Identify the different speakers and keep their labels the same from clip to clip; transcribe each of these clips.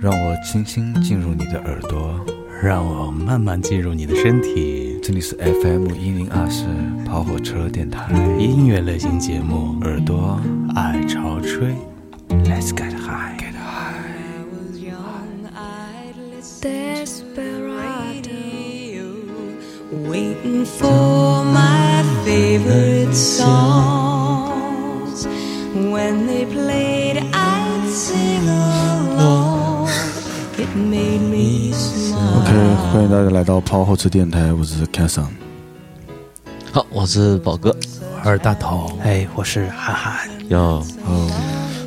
Speaker 1: 让我轻轻进入你的耳朵。
Speaker 2: 让我慢慢进入你的身体。
Speaker 1: 这里是 FM 一零二四跑火车电台，
Speaker 2: 音乐类型节目《
Speaker 1: 耳朵
Speaker 2: 爱潮吹》，Let's get high。
Speaker 1: get high。
Speaker 3: Desperado Waiting for my favorite songs When they played I'd sing along It made me smile
Speaker 1: OK，欢嗯迎大家来到跑火车电台，我是 k a s o n
Speaker 4: 好，我是宝哥。
Speaker 2: 我是大头，哎，我是涵涵。
Speaker 4: 哟，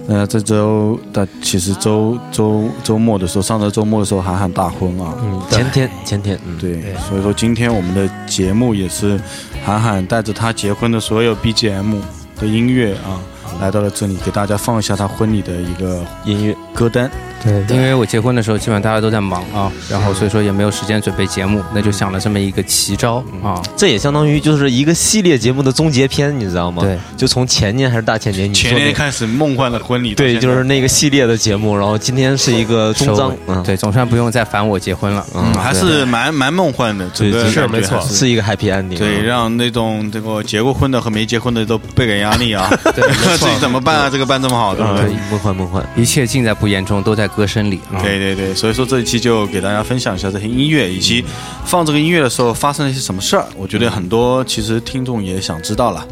Speaker 1: 那这周，但其实周周周末的时候，上周周末的时候，韩寒大婚啊。嗯。
Speaker 4: 前天前天，嗯，
Speaker 1: 对，所以说今天我们的节目也是韩寒带着他结婚的所有 BGM 的音乐啊，来到了这里，给大家放一下他婚礼的一个
Speaker 4: 音乐
Speaker 1: 歌单。
Speaker 2: 对
Speaker 5: 因为我结婚的时候，基本上大家都在忙啊，然后所以说也没有时间准备节目，那就想了这么一个奇招啊。
Speaker 4: 这也相当于就是一个系列节目的终结篇，你知道吗？
Speaker 5: 对，
Speaker 4: 就从前年还是大前年，你说
Speaker 1: 前
Speaker 4: 那
Speaker 1: 天
Speaker 4: 个
Speaker 1: 开始梦幻的婚礼，
Speaker 4: 对，就是那个系列的节目，然后今天是一个终章，嗯，
Speaker 5: 对，总算不用再烦我结婚了。嗯，
Speaker 1: 还是蛮蛮梦幻的，整个感
Speaker 4: 对
Speaker 1: 觉还是
Speaker 4: 是一个 happy ending，
Speaker 1: 对，
Speaker 4: 嗯
Speaker 1: 让那种这个结过婚的和没结婚的都倍感压力啊！ 自己怎么办啊？这个办这么好，对不对？
Speaker 4: 嗯，梦幻梦幻，
Speaker 5: 一切尽在不言中，都在歌声里啊。
Speaker 1: 对对对，所以说这一期就给大家分享一下这些音乐，以及放这个音乐的时候发生了一些什么事儿。我觉得很多其实听众也想知道了。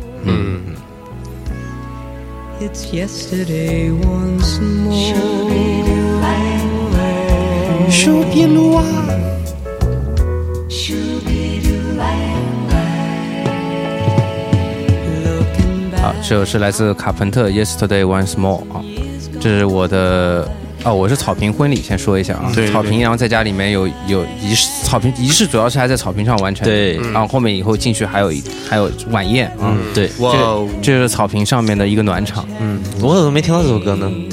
Speaker 3: It's yesterday once more Looking
Speaker 5: 啊，
Speaker 3: back
Speaker 5: 这首是来自卡朋特《Yesterday Once More》啊，这是我的哦，我是草坪婚礼，先说一下啊，
Speaker 1: 嗯对对
Speaker 5: 草坪，然后在家里面有有仪式，草坪仪式主要是还在草坪上完成，嗯
Speaker 4: 对
Speaker 5: 然后后面以后进去还有一还有晚宴啊，
Speaker 4: 对，
Speaker 1: 哇
Speaker 5: 这
Speaker 1: 哦，
Speaker 5: 这是草坪上面的一个暖场，
Speaker 4: 嗯，我怎么没听到这首歌呢？
Speaker 6: 嗯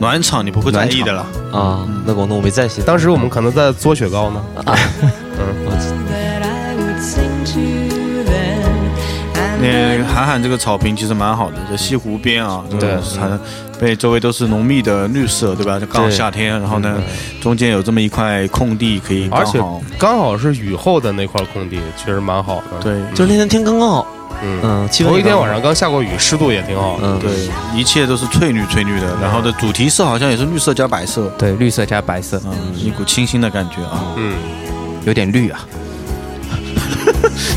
Speaker 1: 暖场你不会在意的了，
Speaker 4: 啊，那我那我没在线，
Speaker 6: 当时我们可能在做雪糕呢，
Speaker 1: 嗯
Speaker 3: that I would sing to them and
Speaker 1: 那韩寒这个草坪其实蛮好的，在西湖边啊，对，还被周围都是浓密的绿色，对吧？就刚好
Speaker 4: 对
Speaker 1: 夏天，然后呢，中间有这么一块空地可以刚
Speaker 6: 而且
Speaker 1: 好。
Speaker 6: 刚好是雨后的那块空地，确实蛮好的。，
Speaker 1: 对，
Speaker 4: 就是那天天刚刚好，
Speaker 6: 嗯，
Speaker 4: 嗯，气氛
Speaker 6: 头一
Speaker 4: 也刚
Speaker 6: 天
Speaker 4: 好
Speaker 6: 晚上，刚下过雨，湿度也挺好的。
Speaker 4: 嗯，
Speaker 1: 对，一切都是翠绿翠绿的，然后的主题色好像也是绿色加白色，
Speaker 5: 对，绿色加白色，
Speaker 1: 嗯，一股清新的感觉啊。
Speaker 6: 嗯，
Speaker 5: 有点绿啊，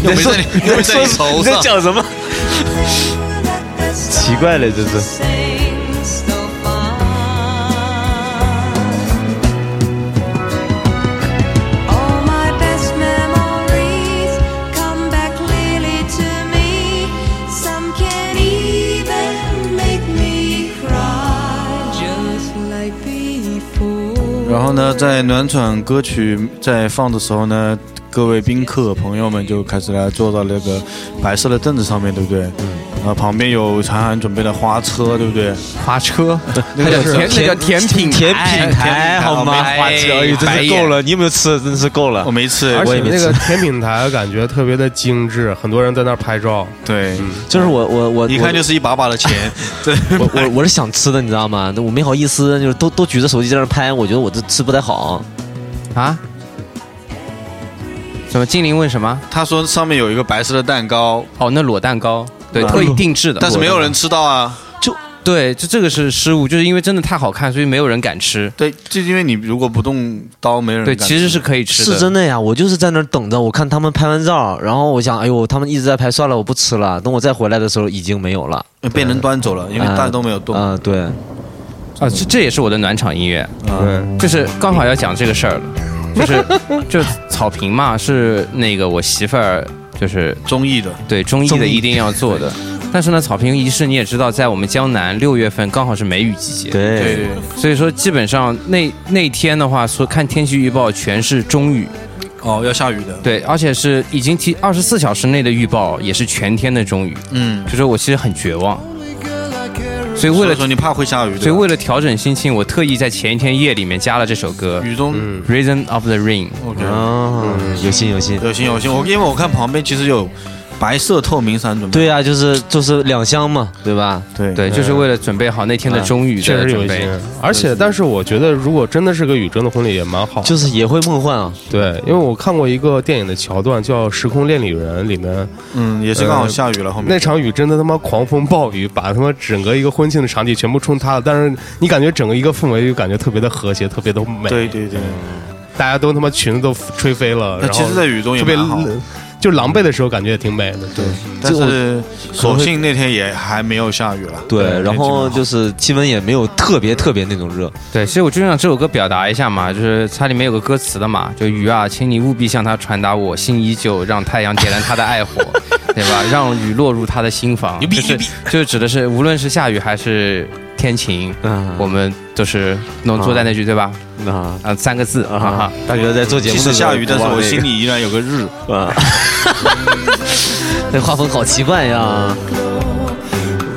Speaker 1: 又没在你，又没在你头上，
Speaker 4: 讲什么？
Speaker 3: that the stars
Speaker 4: 奇怪了，这是
Speaker 3: sing so far. All my best memories come back clearly to me. Some can even make me cry, just like before.
Speaker 1: 然后呢，在暖场歌曲在放的时候呢，各位宾客朋友们就开始来坐到那个白色的凳子上面，对不对？嗯。然后旁边有韩寒准备的花车，对不对？
Speaker 5: 花车，
Speaker 1: 那个
Speaker 5: 甜那叫甜品
Speaker 4: 甜
Speaker 5: 牌
Speaker 4: 品台好吗？
Speaker 5: 哎
Speaker 4: 花车，哎呦，真
Speaker 5: 白
Speaker 4: 是
Speaker 5: 眼
Speaker 4: 够了！你有没有吃？真是够了
Speaker 1: 我。没吃，
Speaker 6: 而
Speaker 1: 我
Speaker 6: 且
Speaker 1: 也没
Speaker 6: 那
Speaker 1: 吃。
Speaker 6: 个甜品台感觉特别的精致，很多人在那儿拍照。
Speaker 1: 对，
Speaker 4: 就是我我我，
Speaker 1: 一看就是一把把的钱。对，
Speaker 4: 我我我是想吃的，你知道吗？我没好意思，就是都都举着手机在那儿拍，我觉得我这吃不太好。
Speaker 5: 啊？什么精灵问什么？
Speaker 1: 他说上面有一个白色的蛋糕，
Speaker 5: 哦，那裸蛋糕，对，
Speaker 1: 啊
Speaker 5: 特意定制的，
Speaker 1: 但是没有人吃到啊。
Speaker 5: 对，这这个是失误，就是因为真的太好看，所以没有人敢吃。
Speaker 1: 对，就因为你如果不动刀，没人
Speaker 5: 对，
Speaker 1: 敢
Speaker 5: 其实
Speaker 1: 吃
Speaker 5: 是可以吃的，
Speaker 4: 是真的呀，我就是在那儿等着，我看他们拍完照，然后我想，哎呦，他们一直在拍，算了，我不吃了。等我再回来的时候，已经没有了。
Speaker 1: 被人端走了，因为大家都没有动。
Speaker 4: 啊、对，
Speaker 5: 啊，这这也是我的暖场音乐，
Speaker 6: 对，
Speaker 5: 就是刚好要讲这个事儿了，就是就草坪嘛，是那个我媳妇儿就是
Speaker 1: 综艺的，
Speaker 5: 对中医的一定要做 的。但是呢，草坪仪式你也知道，在我们江南六月份刚好是梅雨季节，
Speaker 4: 对
Speaker 1: 对对，
Speaker 5: 所以说基本上那那天的话，说看天气预报全是中雨，
Speaker 1: 哦，要下雨的，
Speaker 5: 对，而且是已经提二十四小时内的预报，也是全天的中雨，
Speaker 1: 嗯，
Speaker 5: 就是我其实很绝望，所以为
Speaker 1: 所以
Speaker 5: 了
Speaker 1: 说你怕会下雨，
Speaker 5: 所以
Speaker 1: 对吧
Speaker 5: 为了调整心情，我特意在前一天夜里面加了这首歌
Speaker 1: 雨中
Speaker 5: 《Reason of the Rain》。
Speaker 1: ，OK，
Speaker 4: 啊，有心有心，
Speaker 1: 有心有心，我因为我看旁边其实有白色透明伞准备。
Speaker 4: 对呀、就是就是两箱嘛，对吧？
Speaker 1: 对
Speaker 5: 对，就是为了准备好那天的中雨
Speaker 6: 啊确
Speaker 5: 的
Speaker 6: 实有
Speaker 5: 准
Speaker 6: 一
Speaker 5: 备。
Speaker 6: 些，而且但是我觉得，如果真的是个雨中的婚礼，也蛮好。
Speaker 4: 就是也会梦幻啊，
Speaker 6: 对，因为我看过一个电影的桥段，叫《时空恋旅人》，里面
Speaker 1: 嗯，也是刚好下雨了，后面
Speaker 6: 那场雨真的他妈狂风暴雨，把他妈整个一个婚庆的场地全部冲塌了。但是你感觉整个一个氛围就感觉特别的和谐，特别的美。
Speaker 1: 对，对对，
Speaker 6: 大家都他妈裙子都吹飞了，
Speaker 1: 那
Speaker 6: 然后
Speaker 1: 其实，在雨中也
Speaker 6: 特别
Speaker 1: 蛮好，
Speaker 6: 就狼狈的时候感觉也挺美的。对，
Speaker 1: 但
Speaker 4: 这我
Speaker 1: 是所幸那天也还没有下雨了。
Speaker 4: 对，然后
Speaker 1: 就
Speaker 4: 就是气温也没有特别特别那种热，
Speaker 5: 对，其实我就想这首歌表达一下嘛，就是它里面有个歌词的嘛，就雨啊，请你务必向他传达我心依旧，让太阳点燃他的爱火，对吧？让雨落入他的心房。
Speaker 6: 牛逼
Speaker 5: 就是
Speaker 6: 牛逼
Speaker 5: 就是指的是，无论是下雨还是天晴，
Speaker 4: 嗯，
Speaker 5: 我们都是浓缩在那句对吧？
Speaker 4: 啊
Speaker 5: 啊，三个字
Speaker 4: 啊
Speaker 5: 啊
Speaker 4: 哈
Speaker 5: 哈。，
Speaker 4: 大哥在做节目
Speaker 1: 即
Speaker 4: 的时
Speaker 1: 使
Speaker 4: 候
Speaker 1: 下雨，但是
Speaker 4: 忘
Speaker 1: 我
Speaker 4: 了
Speaker 1: 心里依然有个日。
Speaker 4: 那个啊，那画风好奇怪呀，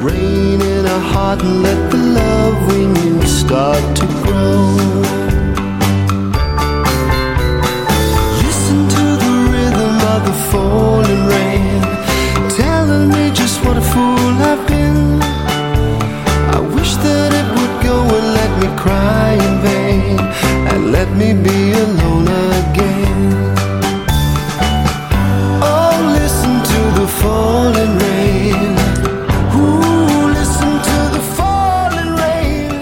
Speaker 7: Rain in a heart and let the love wing you start to grow. Listen to the rhythm of the falling rain, telling me just what a fool I've been. I wish that it would go and let me cry in vain, and let me be alone again. Oh, listen to the falling rain. Ooh, listen to the falling rain.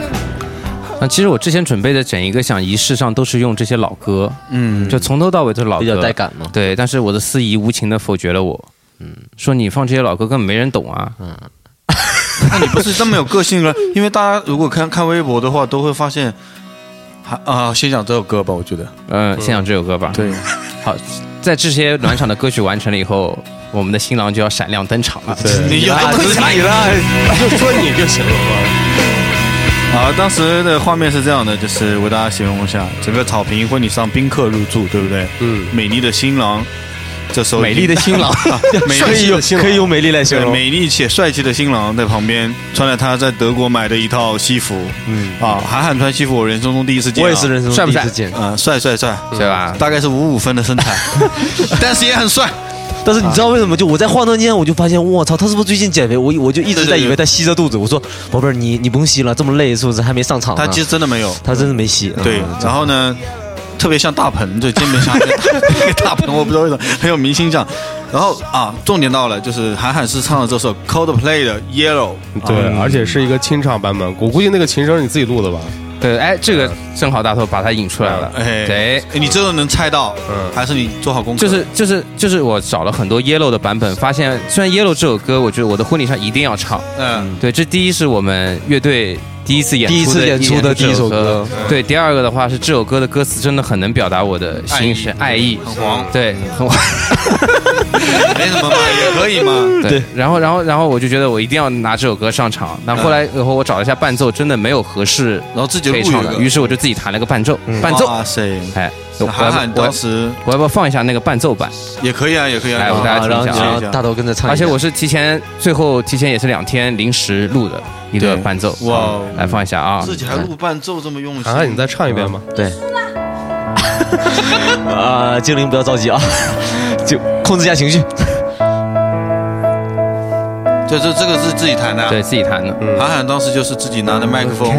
Speaker 5: 那其实我之前准备的整一个想仪式上都是用这些老歌，嗯，就从头到尾都是老歌，
Speaker 4: 比较带感嘛。
Speaker 5: 对，但是我的司仪无情的否决了我，嗯，说你放这些老歌根本没人懂啊，
Speaker 1: 那你不是这么有个性了？因为大家如果看看微博的话，都会发现，还啊，先讲这首歌吧，我觉得。
Speaker 5: 嗯，先讲这首歌吧。，
Speaker 1: 对，
Speaker 5: 在这些暖场的歌曲完成了以后，我们的新郎就要闪亮登场了。
Speaker 1: 你又
Speaker 4: 啊
Speaker 1: 起来
Speaker 6: 就说你就行了嘛。
Speaker 1: 啊，当时的画面是这样的，就是为大家形容一下，整个草坪婚礼上宾客入住，对不对？
Speaker 6: 嗯，
Speaker 1: 美丽的新郎，这时候
Speaker 5: 美丽的新郎，
Speaker 1: 啊 美
Speaker 4: 可以
Speaker 1: 丽
Speaker 4: 用可以用美丽来形
Speaker 1: 对
Speaker 4: 容，
Speaker 1: 美丽且帅气的新郎在旁边，穿着他在德国买的一套西服，嗯啊，韩寒穿西服，我人生中第一次见、啊，
Speaker 4: 我也是人生
Speaker 5: 帅不
Speaker 4: 中第一
Speaker 5: 帅
Speaker 4: 次见。
Speaker 1: 嗯，帅帅帅，
Speaker 5: 对吧？
Speaker 1: 大概是五五分的身材，但是也很帅。
Speaker 4: 但是你知道为什么？就我在化妆间，我就发现，我操，他是不是最近减肥？我我就一直在以为他吸着肚子。我说，宝贝儿，你你不用吸了，这么累是不是？还没上场呢。啊
Speaker 1: 他其实真的没有，
Speaker 4: 他真的没吸。
Speaker 1: 对
Speaker 4: 嗯，
Speaker 1: 然后呢，特别像大鹏，就见面像那个 大鹏，我不知道为什么很有明星相。然后啊，重点到了，就是韩寒是唱了这首 Coldplay 的 Yellow，嗯
Speaker 6: 对，而且是一个清唱版本，我估计那个琴声是你自己录的吧？
Speaker 1: 嗯
Speaker 5: 对，哎，这个正好大头把它引出来了。
Speaker 1: 哎，
Speaker 5: 对，
Speaker 1: 你这个能猜到，
Speaker 6: 嗯
Speaker 1: 还是你做好功课？
Speaker 5: 就是就是就是我找了很多 Yellow 的版本，发现虽然 Yellow 这首歌，我觉得我的婚礼上一定要唱。
Speaker 1: 嗯，
Speaker 5: 对，这第一是我们乐队第一次演出
Speaker 4: 第一次演出的第一首歌。
Speaker 5: 对，第二个的话是这首歌的歌词真的很能表达我的心声爱意，
Speaker 1: 很黄，
Speaker 5: 对，很
Speaker 1: 没什么嘛，也可以 嘛。
Speaker 5: 对，然后，然后，然后我就觉得我一定要拿这首歌上场。但后来以后我找了一下伴奏，真的没有合适
Speaker 1: 然后自己
Speaker 5: 可
Speaker 1: 录
Speaker 5: 以
Speaker 1: 一
Speaker 5: 唱的，于
Speaker 1: 个嗯
Speaker 5: 是我就自己弹了个伴奏。伴奏，
Speaker 1: 哇塞，
Speaker 5: 哎，我
Speaker 1: 那韩寒
Speaker 5: 我
Speaker 1: 当时
Speaker 5: 我要不要放一下那个伴奏版？
Speaker 1: 也可以啊，也可以啊。
Speaker 5: 来我
Speaker 1: 啊
Speaker 5: 大家
Speaker 4: 啊
Speaker 5: 听一
Speaker 4: 然后
Speaker 5: 下
Speaker 4: 然后
Speaker 1: 啊
Speaker 4: 大头跟着唱一下。
Speaker 5: 而且我是提前，最后提前也是两天临时录的一个
Speaker 1: 对
Speaker 5: 伴奏。
Speaker 1: 哇哦
Speaker 5: 嗯来放一下啊！
Speaker 1: 自己还录伴奏这么用心
Speaker 6: 涵，啊涵，你再唱一遍吧。
Speaker 4: 对。啊，精灵不要着急啊， 就控制一下情绪。
Speaker 1: 这这这个是自己弹的啊。
Speaker 5: 对自己弹的。
Speaker 1: 韩寒当时就是自己拿着麦克风，哦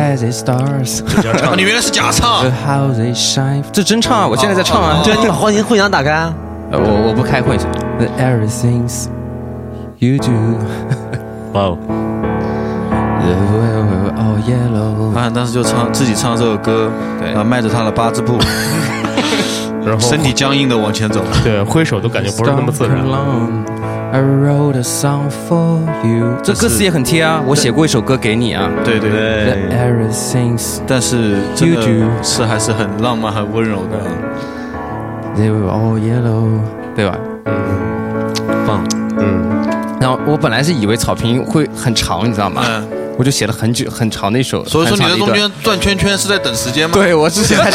Speaker 1: 你原来是假唱。
Speaker 5: 这真唱啊！我现在在唱
Speaker 1: 哦
Speaker 5: 啊！
Speaker 4: 对啊，你把混音混响打开啊。
Speaker 5: 呃我我不开混响。
Speaker 8: Everything's you do.
Speaker 4: 哇哦，
Speaker 8: The way we're all yellow.
Speaker 1: 韩寒当时就唱自己唱这首歌，
Speaker 5: 对
Speaker 1: 然后迈着他的八字步，
Speaker 6: 然后
Speaker 1: 嗯身体僵硬的往前走。
Speaker 6: 对挥手都感觉不是那么自然 了。
Speaker 8: I wrote a song for you.
Speaker 5: 这歌词也很贴啊！我写过一首歌给你啊。
Speaker 1: 对对对，
Speaker 8: Everything's
Speaker 1: 但是真
Speaker 8: You
Speaker 1: 的是还是很浪漫、很温柔的。
Speaker 8: they were all yellow.
Speaker 5: 对吧？
Speaker 6: 嗯，
Speaker 5: 然后我本来是以为草坪会很长，你知道吗？
Speaker 1: 嗯，
Speaker 5: 我就写了很久很长的一首，
Speaker 1: 所以说你
Speaker 5: 很
Speaker 1: 在
Speaker 5: 长的一
Speaker 1: 中
Speaker 5: 段，
Speaker 1: 间转圈圈是在等时间吗？，
Speaker 5: 对我是写 在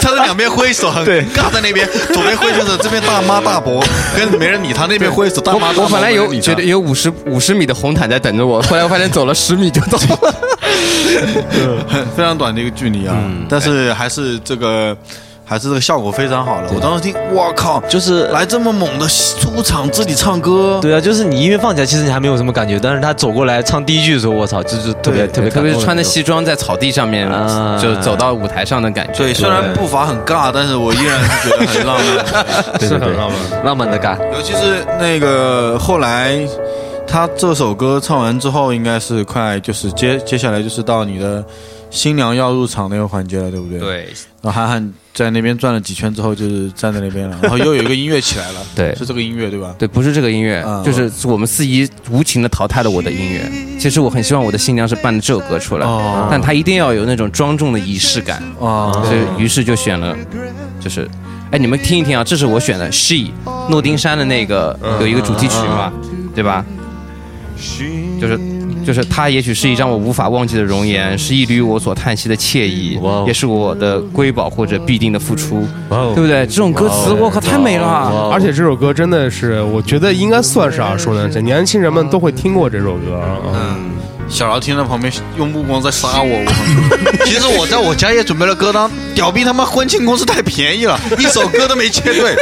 Speaker 1: 他在两边挥手，很
Speaker 5: 对
Speaker 1: 尬在那边，左边挥手的这边大妈大伯，跟没人理他，那边挥手大
Speaker 5: 我
Speaker 1: 妈大伯。
Speaker 5: 我本来
Speaker 1: 没人
Speaker 5: 有
Speaker 1: 理他
Speaker 5: 觉得有五十五十米的红毯在等 着我，后来我发现走了十米就到了。
Speaker 1: 很非常短的一个距离啊，但是还是这个还是这个效果非常好了。我当时听，我靠，
Speaker 4: 就是
Speaker 1: 来这么猛的出场自己唱歌，
Speaker 4: 对啊，就是你音乐放起来，其实你还没有什么感觉，但是他走过来唱第一句的时候，我操，就是特别特别
Speaker 5: 特
Speaker 4: 感动
Speaker 5: 别是
Speaker 4: 那种，
Speaker 5: 穿的西装在草地上面
Speaker 4: 啊，
Speaker 5: 就走到舞台上的感觉。
Speaker 1: 对，虽然步伐很尬，但是我依然是觉得很浪漫。
Speaker 4: 对，
Speaker 6: 是
Speaker 4: 对对
Speaker 6: 很浪漫。
Speaker 4: 浪漫的感，
Speaker 1: 尤其是那个后来，他这首歌唱完之后，应该是快就是接接下来就是到你的新娘要入场那个环节了，对不对？。
Speaker 5: 对
Speaker 1: 然后韩寒在那边转了几圈之后，就是站在那边了，然后又有一个音乐起来了，
Speaker 5: 对
Speaker 1: 是这个音乐对吧？
Speaker 5: 对，不是这个音乐
Speaker 1: 嗯，
Speaker 5: 就是是我们四姨无情的淘汰了我的音乐。其实我很希望我的新娘是伴着这首歌出来
Speaker 1: 哦，
Speaker 5: 但她一定要有那种庄重的仪式感，
Speaker 4: 哦
Speaker 1: 啊，
Speaker 5: 所以于是就选了，就是。哎，你们听一听啊，这是我选的《She》，诺丁山的那个
Speaker 4: 嗯
Speaker 5: 有一个主题曲嘛，对吧？就是就是它也许是一张我无法忘记的容颜，是一缕我所叹息的惬意
Speaker 4: 哇哦，
Speaker 5: 也是我的瑰宝或者必定的付出，
Speaker 4: 哇哦
Speaker 5: 对不对？这种歌词，我靠，太美了啊！
Speaker 6: 而且这首歌真的是，我觉得应该算是啊耳熟能详，年轻人们都会听过这首歌。嗯，
Speaker 1: 小饶听到旁边用目光在杀我，我其实我在我家也准备了歌单，屌逼他妈婚庆公司太便宜了，一首歌都没切对，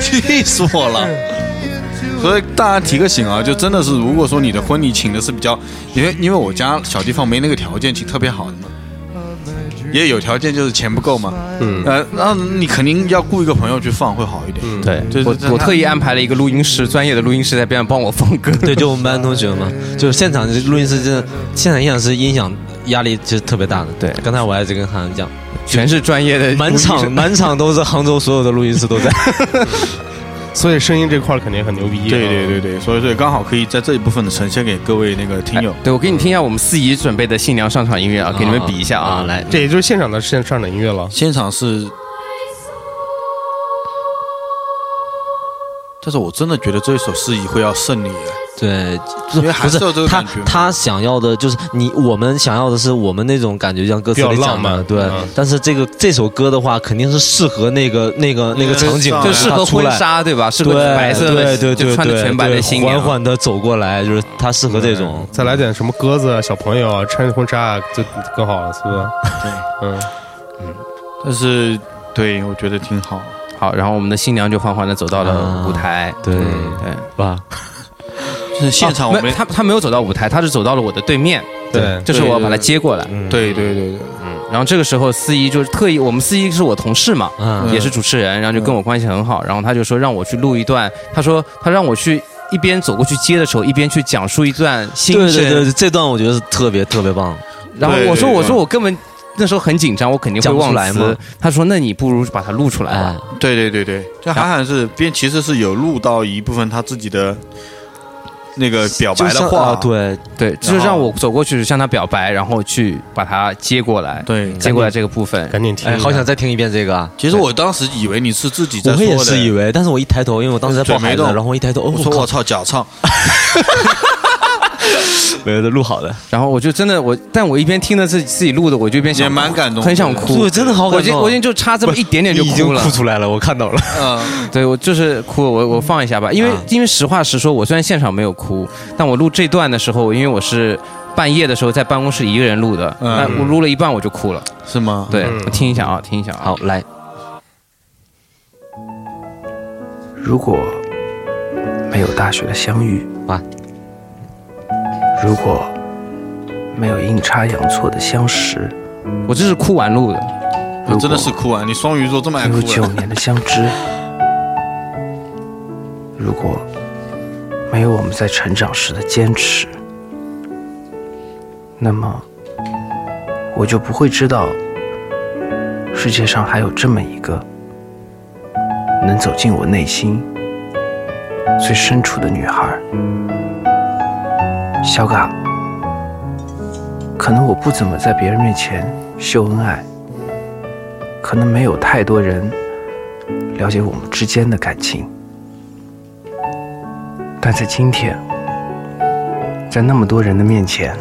Speaker 1: 气死我了。所以大家提个醒啊，就真的是，如果说你的婚礼请的是比较，因为因为我家小地方没那个条件，请特别好的嘛，也有条件就是钱不够嘛，嗯，呃，那你肯定要雇一个朋友去放会好一点，
Speaker 5: 对
Speaker 1: 就是
Speaker 5: 我
Speaker 1: 他
Speaker 5: 我特意安排了一个录音师，专业的录音师在边上帮我放歌。
Speaker 4: 对，就我们班同学 嘛，就是现场录音师真的，现场音响师音响压力其实特别大的。
Speaker 5: 对
Speaker 4: 刚才我还在跟韩寒讲，
Speaker 5: 全是专业的录音师，
Speaker 4: 满 场满场都是杭州所有的录音师都在。
Speaker 6: 所以声音这块儿肯定很牛逼。啊
Speaker 1: 对对对对，所以所以刚好可以在这一部分呈现给各位那个听
Speaker 5: 哎
Speaker 1: 友。
Speaker 5: 对，我给你听一下我们四姨准备的新娘上场音乐啊，给你们比一下啊。
Speaker 4: 来，
Speaker 6: 这也就是现场的现上的音乐了。
Speaker 1: 现场是，但是我真的觉得这一首诗仪会要胜利的。
Speaker 4: 对，
Speaker 1: 因
Speaker 4: 不
Speaker 1: 为
Speaker 4: 是
Speaker 1: 还
Speaker 4: 不
Speaker 1: 是有这
Speaker 4: 是
Speaker 1: 个
Speaker 4: 他
Speaker 1: 感觉嘛
Speaker 4: 他想要的就是你我们想要的是我们那种感觉，像歌词
Speaker 6: 比
Speaker 4: 里
Speaker 6: 较浪
Speaker 4: 讲的，
Speaker 6: 漫
Speaker 4: 对。
Speaker 6: 嗯
Speaker 4: 但是这个这首歌的话，肯定是适合那个那个那个
Speaker 1: 就是
Speaker 4: 场景的，
Speaker 5: 就适合
Speaker 4: 啊它出
Speaker 5: 婚
Speaker 4: 来。
Speaker 5: 纱对吧？适
Speaker 4: 对
Speaker 5: 合白色的，
Speaker 4: 对对对，
Speaker 5: 就穿
Speaker 4: 对
Speaker 5: 的全白的
Speaker 4: 对
Speaker 5: 新
Speaker 4: 缓
Speaker 5: 娘。嗯
Speaker 4: 缓的走过来，就是他适合这种。
Speaker 6: 再来点什么鸽子啊、小朋友啊，穿婚纱啊，就更好了，是不是？嗯，
Speaker 1: 但是，对我觉得挺好。
Speaker 5: 好，然后我们的新娘就缓缓的走到了舞台。
Speaker 4: 啊对
Speaker 5: 对，
Speaker 4: 吧？
Speaker 1: 就是现场我
Speaker 5: 没
Speaker 1: 们，
Speaker 5: 她她没有走到舞台，她是走到了我的对面，
Speaker 6: 对，
Speaker 5: 就是我把她接过来。
Speaker 1: 对对对对，
Speaker 5: 然后这个时候司仪就是特意，我们司仪是我同事嘛，
Speaker 4: 嗯
Speaker 5: 也是主持人，然后就跟我关系很好，然后他就说让我去录一段，他说他让我去一边走过去接的时候，一边去讲述一段心
Speaker 4: 对
Speaker 5: 声，
Speaker 4: 对对，这段我觉得是特别特别棒。
Speaker 5: 然后
Speaker 1: 对
Speaker 5: 我说
Speaker 1: 对
Speaker 5: 我
Speaker 1: 对
Speaker 5: 说我根本那时候很紧张，我肯定会
Speaker 4: 讲不出
Speaker 5: 忘
Speaker 4: 来
Speaker 5: 词
Speaker 4: 吗。
Speaker 5: 他说那你不如把它录出来
Speaker 4: 哎
Speaker 5: 吧。，
Speaker 1: 对对对对，这韩寒是边其实是有录到一部分他自己的那个表白
Speaker 4: 就
Speaker 1: 的
Speaker 4: 像
Speaker 1: 话，
Speaker 4: 啊对，
Speaker 5: 对，就是
Speaker 1: 然后
Speaker 5: 让我走过去向他表白，然后去把它接过来，
Speaker 1: 对
Speaker 5: 接过来这个部分。
Speaker 6: 赶紧听一下。
Speaker 4: 哎，好想再听一遍这个啊！
Speaker 1: 其实我当时以为你是自己在
Speaker 4: 我
Speaker 1: 说的，
Speaker 4: 也是以为，但是我一抬头，因为我当时在抱
Speaker 1: 嘴
Speaker 4: 孩
Speaker 1: 没
Speaker 4: 子，
Speaker 1: 动，
Speaker 4: 然后我一抬头，哦，
Speaker 1: 我说
Speaker 4: 靠
Speaker 1: 我，操，假唱，
Speaker 4: 没有的，录好的，
Speaker 5: 然后我就真的我，但我一边听着自己自己录的，我就一边想
Speaker 1: 也蛮感动的
Speaker 5: 很想哭，
Speaker 4: 对真的好感动啊
Speaker 5: 我今我今就差这么一点点就
Speaker 4: 你已经
Speaker 5: 了
Speaker 4: 哭。出来了，我看到了。
Speaker 1: 嗯，
Speaker 5: 对我就是哭，我我放一下吧，因为、
Speaker 4: 啊
Speaker 5: 因为实话实说，我虽然现场没有哭，但我录这段的时候，因为我是半夜的时候在办公室一个人录的，
Speaker 1: 嗯
Speaker 5: 那、我录了一半我就哭了。
Speaker 1: 是吗？
Speaker 5: 对，
Speaker 6: 嗯
Speaker 5: 我听一下啊，听一下啊。
Speaker 4: 好，来，
Speaker 8: 如果没有大雪的相遇
Speaker 4: 啊，
Speaker 8: 如果没有阴差阳错的相识，
Speaker 5: 我这是哭完录的，
Speaker 1: 我真的是哭啊！你双鱼座这么爱哭
Speaker 8: 没有
Speaker 1: 啊，
Speaker 8: 九年的相知，如果没有我们在成长时的坚持，那么我就不会知道世界上还有这么一个能走进我内心最深处的女孩。小嘎，可能我不怎么在别人面前秀恩爱。可能没有太多人了解我们之间的感情，但在今天，在那么多人的面前，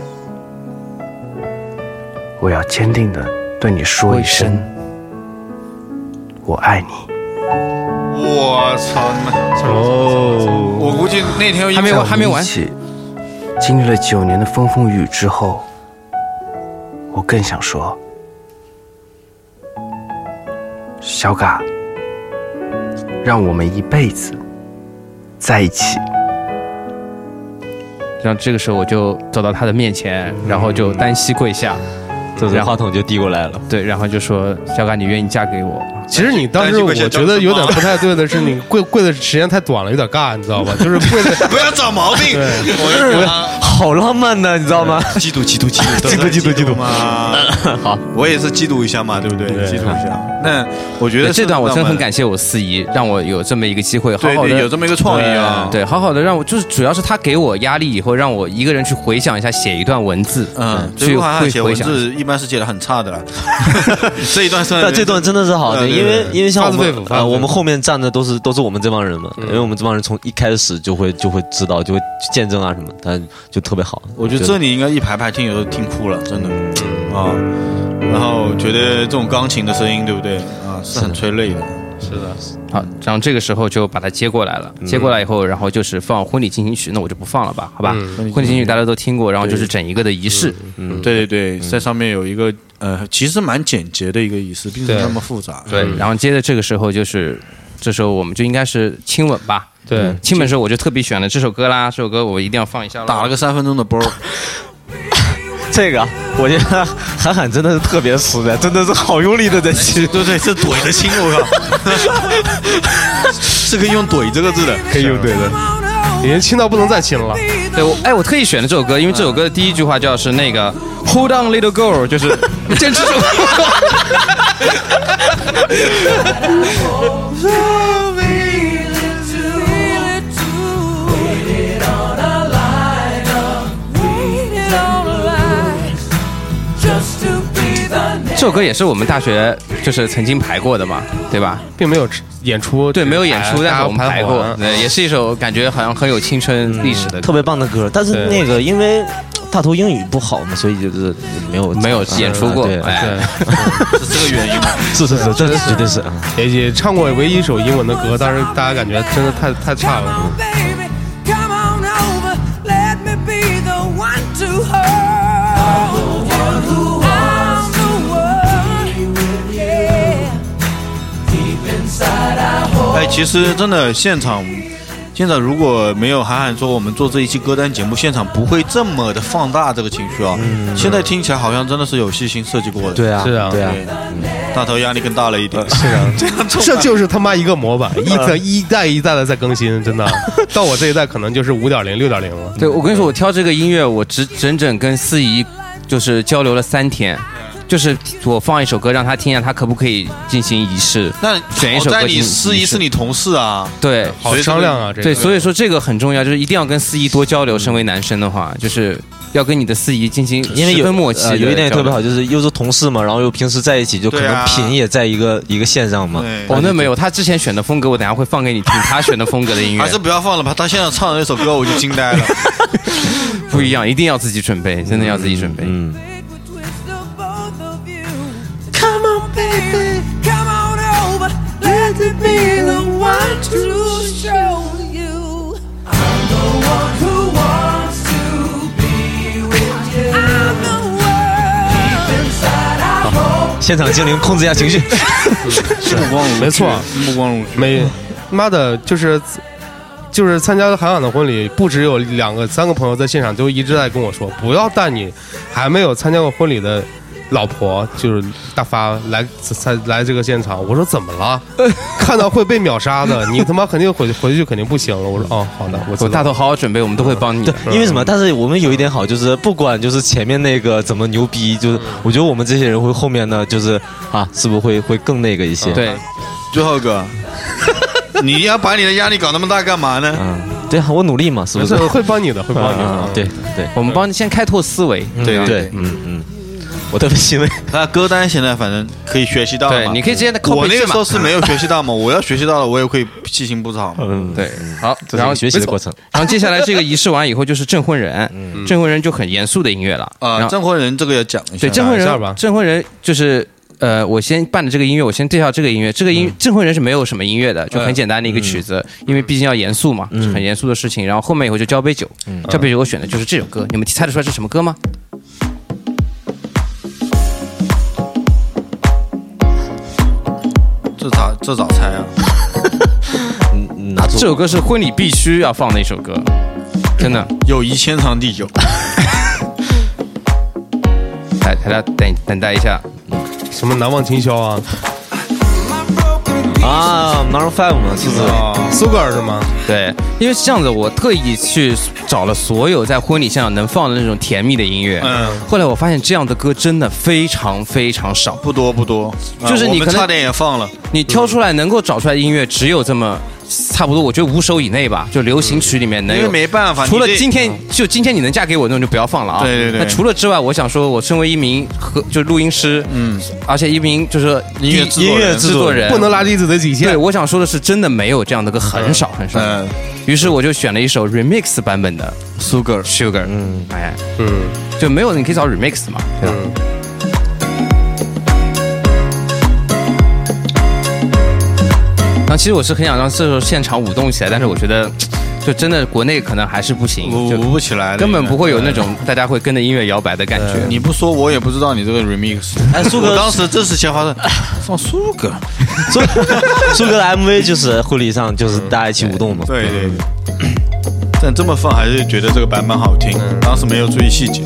Speaker 8: 我要坚定的对你说一声，我爱你。
Speaker 1: 我操你妈！
Speaker 6: 哦，
Speaker 1: 我估计那天
Speaker 5: 还没
Speaker 1: 有
Speaker 5: 完，还没
Speaker 8: 在我们
Speaker 5: 完
Speaker 8: 一。起经历了九年的风风雨雨之后，我更想说，小嘎，让我们一辈子在一起。
Speaker 5: 然后这个时候我就走到他的面前，然后就单膝跪下，
Speaker 4: 这
Speaker 5: 然后
Speaker 4: 话筒就递过来了。
Speaker 5: 对，然后就说：“小嘎，你愿意嫁给我吗
Speaker 6: 其实你当时我觉得有点不太对的是，你 跪跪的时间太短了，有点尬，你知 道吧？就是跪的，
Speaker 9: 不要找毛病。我
Speaker 4: 好浪漫呢，你知道吗？
Speaker 9: 我嫉妒嫉妒嫉 妒
Speaker 1: 嫉妒嫉妒嫉妒嘛！
Speaker 5: 好，
Speaker 9: 我也是嫉妒一下嘛，对不对？
Speaker 1: 嫉妒
Speaker 9: 妒
Speaker 1: 一下。那我？”觉
Speaker 5: 对
Speaker 1: 得
Speaker 5: 这段我真的很感
Speaker 1: 谢，
Speaker 5: 谢我司仪，让我有这么一个机会，好
Speaker 1: 对
Speaker 5: 好
Speaker 1: 对，有
Speaker 5: 的。
Speaker 1: 这么一个创意啊。
Speaker 5: 对，好好的让我就是，主要是他给我压力以后，让我一个人去回想一下，写一段文字，
Speaker 1: 嗯，这
Speaker 5: 去
Speaker 1: 句话
Speaker 5: 会
Speaker 1: 写
Speaker 5: 回
Speaker 1: 文
Speaker 5: 想一下。
Speaker 1: 字一般是写的很差的 了。这一段算，
Speaker 4: 但这段真的是好的，
Speaker 1: 对对
Speaker 4: 因为因为像我
Speaker 6: 发自肺
Speaker 4: 们
Speaker 6: 腑发自
Speaker 4: 呃，
Speaker 6: 肺腑
Speaker 4: 我们后面站的都是都是我们这帮人嘛，因为我们这帮人从一开始就会就会知道，就会见证啊什么，但就特别好。
Speaker 1: 我觉得这里应该一排排听，有的听哭了，真的
Speaker 5: 嗯
Speaker 1: 啊。然后觉得这种钢琴的声音，对不对啊？是很催泪的。
Speaker 5: 好，然后这个时候就把他接过来了，
Speaker 1: 嗯
Speaker 5: 接过来以后，然后就是放婚礼进行曲，那我就不放了吧，好吧？
Speaker 1: 嗯
Speaker 5: 婚礼进行曲大家都听过，然后就是整一个的仪式，
Speaker 1: 对对对，在上面有一个呃，其实蛮简洁的一个仪式，并不是那么复杂。
Speaker 5: 对，
Speaker 6: 嗯
Speaker 5: 然后接着这个时候就是，这时候我们就应该是亲吻吧。
Speaker 6: 对，
Speaker 5: 亲吻的时候我就特别喜欢了这首歌啦，这首歌我一定要放一下啦。
Speaker 1: 打了个三分钟的波儿，
Speaker 4: 这个，我觉得韩寒真的是特别实在，真的是好用力的在亲。
Speaker 1: 对对，这怼得亲，我靠， 是可以用“怼”这个字的。
Speaker 6: 可以用对的，已经亲到不能再亲了。
Speaker 5: 对，我哎，我特意选了这首歌，因为这首歌的第一句话叫是那个 Hold on little girl，就是坚持住。这首歌也是我们大学就是曾经排过的嘛，对吧？
Speaker 6: 并没有演出，
Speaker 5: 对，没有演出，但
Speaker 6: 大家啊
Speaker 5: 是我们排过
Speaker 6: 完，
Speaker 5: 对，也是一首感觉好像很有青春历史的
Speaker 4: 特
Speaker 5: 歌，
Speaker 4: 别棒的歌，但是那个因为大头英语不好嘛，所以就是没有
Speaker 5: 没有演出过
Speaker 4: 啊对，
Speaker 5: 哎，
Speaker 1: 是 这个原因吗？
Speaker 4: 是是是，这绝对是啊。
Speaker 6: 也也唱过唯一一首英文的歌，但是大家感觉真的太太差了。
Speaker 1: 哎，其实真的现场，现场如果没有韩寒说我们做这一期歌单节目，现场不会这么的放大这个情绪啊。现在听起来好像真的是有细心设计过的。
Speaker 4: 对啊，
Speaker 6: 是啊
Speaker 4: 对啊，
Speaker 1: 对，大头压力更大了一点。
Speaker 6: 是啊，这样 这就是他妈一个模板，一代一代一代的在更新，真的。到我这一代可能就是五点零、六点零了。
Speaker 4: 嗯
Speaker 5: 对，我跟你说，我挑这个音乐，我只整整跟司仪就是交流了三天，就是我放一首歌让他听一下，他可不可以进行仪式？
Speaker 1: 那
Speaker 5: 选一首
Speaker 1: 好在
Speaker 5: 歌
Speaker 1: 你
Speaker 5: 进
Speaker 1: 司仪
Speaker 5: 仪式
Speaker 1: 是你同事啊，
Speaker 5: 对
Speaker 6: 好商量啊，这个
Speaker 5: 对，所以说这个很重要，就是一定要跟司仪多交流。身为男生的话，就是要跟你的司仪进行
Speaker 4: 嗯因为
Speaker 5: 十
Speaker 4: 有
Speaker 5: 分默契
Speaker 4: 呃
Speaker 5: 的交流、
Speaker 4: 有一点也特别好，就是又是同事嘛，然后又平时在一起，就可
Speaker 1: 对
Speaker 4: 能
Speaker 1: 啊
Speaker 4: 品也在一个一个线上嘛。
Speaker 1: 对
Speaker 5: 哦，那没有，他之前选的风格，我等下会放给你听，他选的风格的 音乐啊
Speaker 4: 啊
Speaker 1: 还是不要放了吧。他现在唱的那首歌，我就惊呆了。
Speaker 5: 不一样，一定要自己准备，真的要自己准备。
Speaker 4: 嗯，
Speaker 10: Come on, baby, come on over. Let me be the one to show you. I'm the one who wants to be with you. I'm the one.
Speaker 4: 现场精灵控制一下情绪。
Speaker 1: 目光如炬
Speaker 6: 没错，
Speaker 1: 目光如
Speaker 6: 没，妈的，就是就是参加韩寒的婚礼，不只有两个三个朋友在现场都一直在跟我说，不要带你还没有参加过婚礼的老婆，就是大发来参来这个现场。我说怎么 了？看到会被秒杀的，你他妈肯定回回去肯定不行了。我说哦，好的，我知
Speaker 5: 我
Speaker 6: 道
Speaker 5: 大头好好准备，我们都会帮你的。
Speaker 4: 因为什么？但是我们有一点好，就是不管就是前面那个怎么牛逼，就是我觉得我们这些人会后面呢，就是啊，是不是会会更那个一些？，
Speaker 5: 对，
Speaker 1: 最后一 个，你要把你的压力搞那么大干嘛呢？
Speaker 4: 嗯，对啊，我努力嘛，是
Speaker 6: 没
Speaker 4: 不是
Speaker 6: 事，？会帮你的，会帮你的啊
Speaker 4: 嗯，。对对
Speaker 5: 我们帮你先开拓思维。
Speaker 1: 对啊
Speaker 4: 对，嗯嗯，我特别欣慰。
Speaker 1: 那歌单现在反正可以学习到了
Speaker 5: 对，
Speaker 1: 嘛。
Speaker 5: 你可以直接靠
Speaker 1: 我
Speaker 5: 背
Speaker 1: 那
Speaker 5: 去
Speaker 1: 个时
Speaker 5: 嘛
Speaker 1: 候。是没有学习到 嘛，我要学习到了，我也会记性不好嘛。
Speaker 4: 嗯，
Speaker 5: 对，好，
Speaker 4: 这是
Speaker 5: 然后
Speaker 4: 一个学习的过程。 嗯
Speaker 5: 然后接下来这个仪式完以后就是证婚人，证婚人就很严肃的音乐了。
Speaker 1: 啊，
Speaker 5: 然后
Speaker 1: 证婚人这个要讲一下。
Speaker 5: 嗯对证婚
Speaker 6: 讲一下吧
Speaker 5: 人，证婚人就是呃，我先办的这个音乐，我先介绍这个音乐。这个音
Speaker 4: 嗯
Speaker 5: 证婚人是没有什么音乐的，就很简单的一个曲子，因为毕竟要严肃嘛，
Speaker 4: 嗯
Speaker 5: 是很严肃的事情。然后后面以后就交杯酒，交杯酒我选的就是这首歌，你们猜得出来是什么歌吗？
Speaker 1: 这咋这咋猜啊？
Speaker 4: 嗯拿
Speaker 5: 这
Speaker 4: 走
Speaker 5: 首歌是婚礼必须要放的一首歌，真的。
Speaker 1: 友谊天长地久，
Speaker 5: 来，大家等等待一下，
Speaker 6: 什么难忘今宵啊？
Speaker 4: 啊，Maroon Five 嘛，是不是？
Speaker 6: 啊，苏格尔是吗？
Speaker 5: 对，因为是这样子，我特意去找了所有在婚礼现场能放的那种甜蜜的音乐。嗯，后来我发现这样的歌真的非常非常少，
Speaker 1: 不多不多，啊
Speaker 5: 就是你
Speaker 1: 我们
Speaker 5: 可能
Speaker 1: 差点也放了，
Speaker 5: 你挑出来能够找出来的音乐只有这么。差不多，我觉得五首以内吧，就流行曲里面能
Speaker 1: 因
Speaker 5: 有
Speaker 1: 为没办法，
Speaker 5: 除了
Speaker 1: 你这嗯
Speaker 5: 今天，就今天你能嫁给我那种就不要放了啊。
Speaker 1: 对对对
Speaker 5: 那除了之外，我想说，我身为一名和就录音师，
Speaker 1: 嗯，
Speaker 5: 而且一名就是
Speaker 1: 音乐制作人
Speaker 5: 制作人，
Speaker 6: 不能拉低自己的底
Speaker 5: 对，
Speaker 6: 线。
Speaker 5: 我想说的是，真的没有这样的歌，很少很少。
Speaker 1: 嗯，
Speaker 5: 于是我就选了一首 remix 版本的
Speaker 1: Sugar，
Speaker 5: Sugar，嗯，哎，
Speaker 6: 嗯
Speaker 5: 就没有你可以找 remix 嘛，对吧？
Speaker 6: 嗯，
Speaker 5: 那其实我是很想让这首现场舞动起来，但是我觉得，就真的国内可能还是不行，
Speaker 1: 舞
Speaker 5: 就
Speaker 1: 舞不起来了，
Speaker 5: 根本不会有那
Speaker 1: 嗯。
Speaker 5: 种大家会跟着音乐摇摆的感觉。
Speaker 1: 你不说我也不知道你这个 remix。
Speaker 4: 哎，苏
Speaker 1: 我
Speaker 4: 格
Speaker 1: 当时真是先发的，放 Sugar。
Speaker 4: 苏 苏格的 MV 就是婚礼上就是大家一起舞动嘛。
Speaker 1: 对对对。但这么放还是觉得这个版本好听，当时没有注意细节。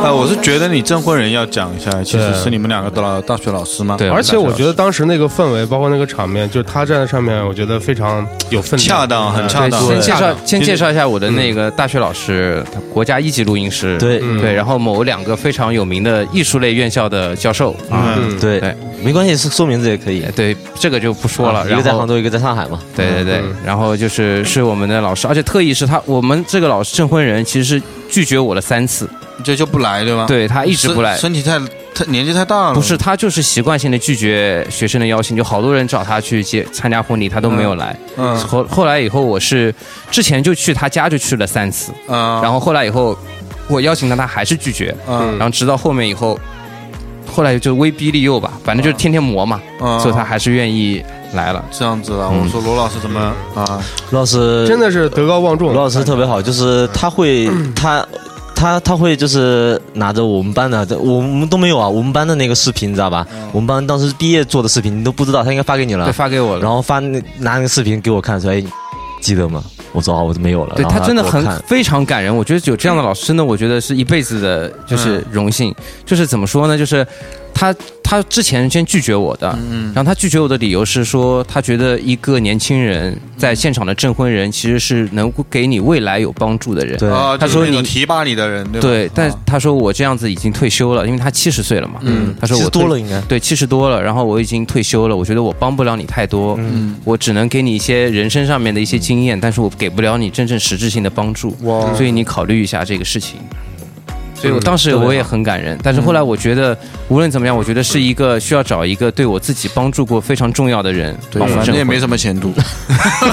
Speaker 1: 啊，我是觉得你证婚人要讲一下，其实
Speaker 6: 对
Speaker 1: 是你们两个的老大学老师嘛。
Speaker 5: 对
Speaker 6: 而且我觉得当时那个氛围，包括那个场面，就是他站在上面，我觉得非常有分量
Speaker 1: 恰当很恰当
Speaker 5: 先介绍先
Speaker 1: 其实
Speaker 5: 介绍一下我的那个大学老师，他国家一级录音师，
Speaker 4: 对
Speaker 5: 对，然后某两个非常有名的艺术类院校的教授啊，
Speaker 1: 嗯，
Speaker 6: 嗯
Speaker 4: 对
Speaker 5: 对，
Speaker 4: 没关系，是说名字也可以。啊
Speaker 5: 对，这个就不说了。
Speaker 4: 一个
Speaker 5: 然
Speaker 4: 在杭
Speaker 5: 后
Speaker 4: 州，一个在上海嘛。
Speaker 5: 对对
Speaker 1: 嗯
Speaker 5: 对，然后就是是我们的老师，而且特意是他，我们这个老师证婚人其实是拒绝我了三次，
Speaker 1: 这就不来对吧？，
Speaker 5: 对他一直不来。
Speaker 1: 身体太太年纪太大了。
Speaker 5: 不是，他就是习惯性的拒绝学生的邀请，就好多人找他去接参加婚礼，他都没有来。
Speaker 1: 嗯
Speaker 5: 后后来以后，我是之前就去他家就去了三次，
Speaker 1: 啊，
Speaker 5: 嗯然后后来以后我邀请他，他还是拒绝，
Speaker 1: 嗯
Speaker 5: 然后直到后面以后，后来就威逼利诱吧，反正
Speaker 1: 啊
Speaker 5: 就是天天磨嘛，
Speaker 1: 嗯
Speaker 5: 所以他还嗯是愿意来了。
Speaker 1: 这样子了。我说罗老师怎么
Speaker 5: 嗯
Speaker 1: 啊？
Speaker 4: 罗老师
Speaker 6: 嗯真的是德高望重。
Speaker 4: 罗老师特别好，就是他会
Speaker 5: 嗯
Speaker 4: 他。他他会就是拿着我们班的，我们都没有啊，我们班的那个视频你知道吧？我们班当时毕业做的视频你都不知道，他应该发给
Speaker 1: 啊
Speaker 4: 你
Speaker 5: 嗯
Speaker 4: 了
Speaker 5: 对，，发给我了。
Speaker 4: 然后发那拿那个视频给我看，说哎，你记得吗？我说哦，我没有了。
Speaker 5: 对
Speaker 4: 然后
Speaker 5: 他真的
Speaker 4: 给我
Speaker 5: 很
Speaker 4: 看
Speaker 5: 非常感人，我觉得有这样的老师，真的我觉得是一辈子的，
Speaker 4: 嗯
Speaker 5: 就是荣幸。就是怎么说呢？就是他他之前先拒绝我的，
Speaker 4: 嗯
Speaker 5: 然后他拒绝我的理由是说，他觉得一个年轻人
Speaker 4: 嗯
Speaker 5: 在现场的证婚人其实是能够给你未来有帮助的人。
Speaker 4: 对
Speaker 1: 啊，
Speaker 5: 他
Speaker 1: 就是
Speaker 5: 说
Speaker 1: 那种
Speaker 5: 你
Speaker 1: 提拔你的人对吧？
Speaker 5: 对，但
Speaker 1: 啊
Speaker 5: 他说我这样子已经退休了，因为他七十岁了嘛。嗯，他说
Speaker 4: 其
Speaker 5: 我
Speaker 4: 实多
Speaker 5: 退
Speaker 4: 了应该。
Speaker 5: 对，七十多了，然后我已经退休了，我觉得我帮不了你太多，
Speaker 1: 嗯
Speaker 5: 我只能给你一些人生上面的一些经验，但是我给不了你真正实质性的帮助，所以你考虑一下这个事情。所以
Speaker 1: 嗯
Speaker 5: 我当时
Speaker 1: 啊
Speaker 5: 我也很感人，但是后来我觉得，无论怎么样，我觉得是一个需要找一个对我自己帮助过非常重要的人帮我
Speaker 1: 反
Speaker 5: 证
Speaker 1: 啊正也没
Speaker 5: 婚。
Speaker 1: 什么前 途。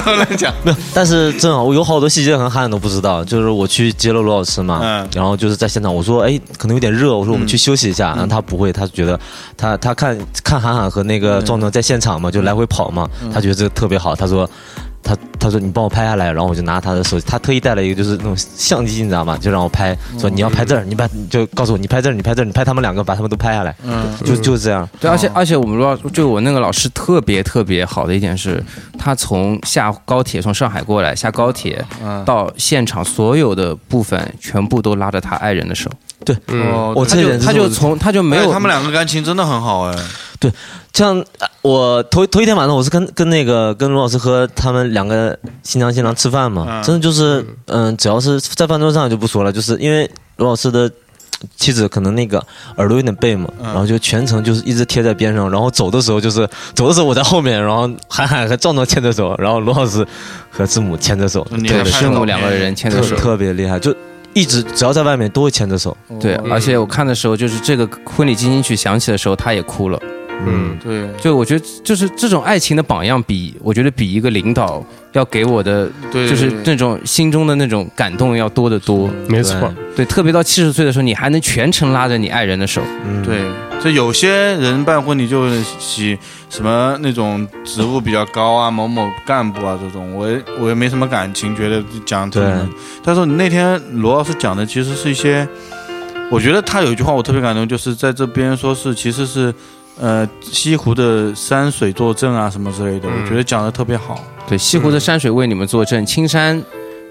Speaker 4: 但是真好，我有好多细节很汉都不知道。就是我去接了罗老师嘛，
Speaker 1: 嗯
Speaker 4: 然后就是在现场，我说哎，可能有点热，我说我们去休息一
Speaker 1: 嗯
Speaker 4: 下。然后他不会，他觉得他他看看韩寒和那个壮壮在现场嘛，就来回跑嘛，
Speaker 1: 嗯
Speaker 4: 他觉得这个特别好。他说。他他说你帮我拍下来，然后我就拿他的手机，他特意带了一个就是那种相机，你知道吗？就让我拍，说你要拍这儿，你把你就告诉我你拍这儿，你拍这儿，你拍他们两个，把他们都拍下来，
Speaker 1: 嗯，
Speaker 4: 就就这样。
Speaker 5: 对，而
Speaker 1: 啊
Speaker 5: 且而且我们老就我那个老师特别特别好的一点是，他从下高铁从上海过来下高铁
Speaker 1: 嗯
Speaker 5: 到现场所有的部分全部都拉着他爱人的手，
Speaker 4: 对，
Speaker 6: 嗯
Speaker 1: 哦
Speaker 4: 我这
Speaker 5: 他
Speaker 4: 人
Speaker 5: 就他
Speaker 4: 是我
Speaker 5: 就从他就没
Speaker 1: 哎
Speaker 5: 有
Speaker 1: 他们两个感情真的很好哎。
Speaker 4: 像呃我头头一天晚上，我是跟跟那个跟罗老师和他们两个新娘新郎吃饭嘛，
Speaker 1: 嗯
Speaker 4: 真的就是嗯、只要是在饭桌上就不说了，就是因为罗老师的妻子可能那个耳朵有点背嘛，然后就全程就是一直贴在边上，然后走的时候就是走的时候我在后面，然后韩寒和壮壮牵着手，然后罗老师和字母牵着手，
Speaker 1: 嗯你
Speaker 5: 对
Speaker 1: 还拍
Speaker 5: 师母
Speaker 1: 照
Speaker 5: 两个人牵着
Speaker 4: 特
Speaker 5: 手，
Speaker 4: 特别厉害，就一直只要在外面都会牵着手，
Speaker 5: 对，
Speaker 1: 嗯
Speaker 5: 而且我看的时候就是这个婚礼进行曲响起的时候，他也哭了。
Speaker 6: 嗯，
Speaker 1: 对
Speaker 5: 就我觉得就是这种爱情的榜样比，我觉得比一个领导要给我的
Speaker 1: 对，
Speaker 5: 就是
Speaker 1: 对
Speaker 5: 那种心中的那种感动要多得多。
Speaker 6: 没错。
Speaker 5: 对，特别到七十岁的时候，你还能全程拉着你爱人的手。
Speaker 4: 嗯，
Speaker 1: 对，这有些人办婚礼就是喜什么那种职务比较高啊，某某干部啊这种，我也我也没什么感情，觉得讲这种
Speaker 4: 对。
Speaker 1: 但是你那天罗老师讲的其实是一些我觉得他有一句话我特别感动，就是在这边说是其实是，呃，西湖的山水作证啊什么之类的，
Speaker 6: 嗯
Speaker 1: 我觉得讲的特别好。
Speaker 5: 对，西
Speaker 1: 嗯
Speaker 5: 湖的山水为你们作证，青山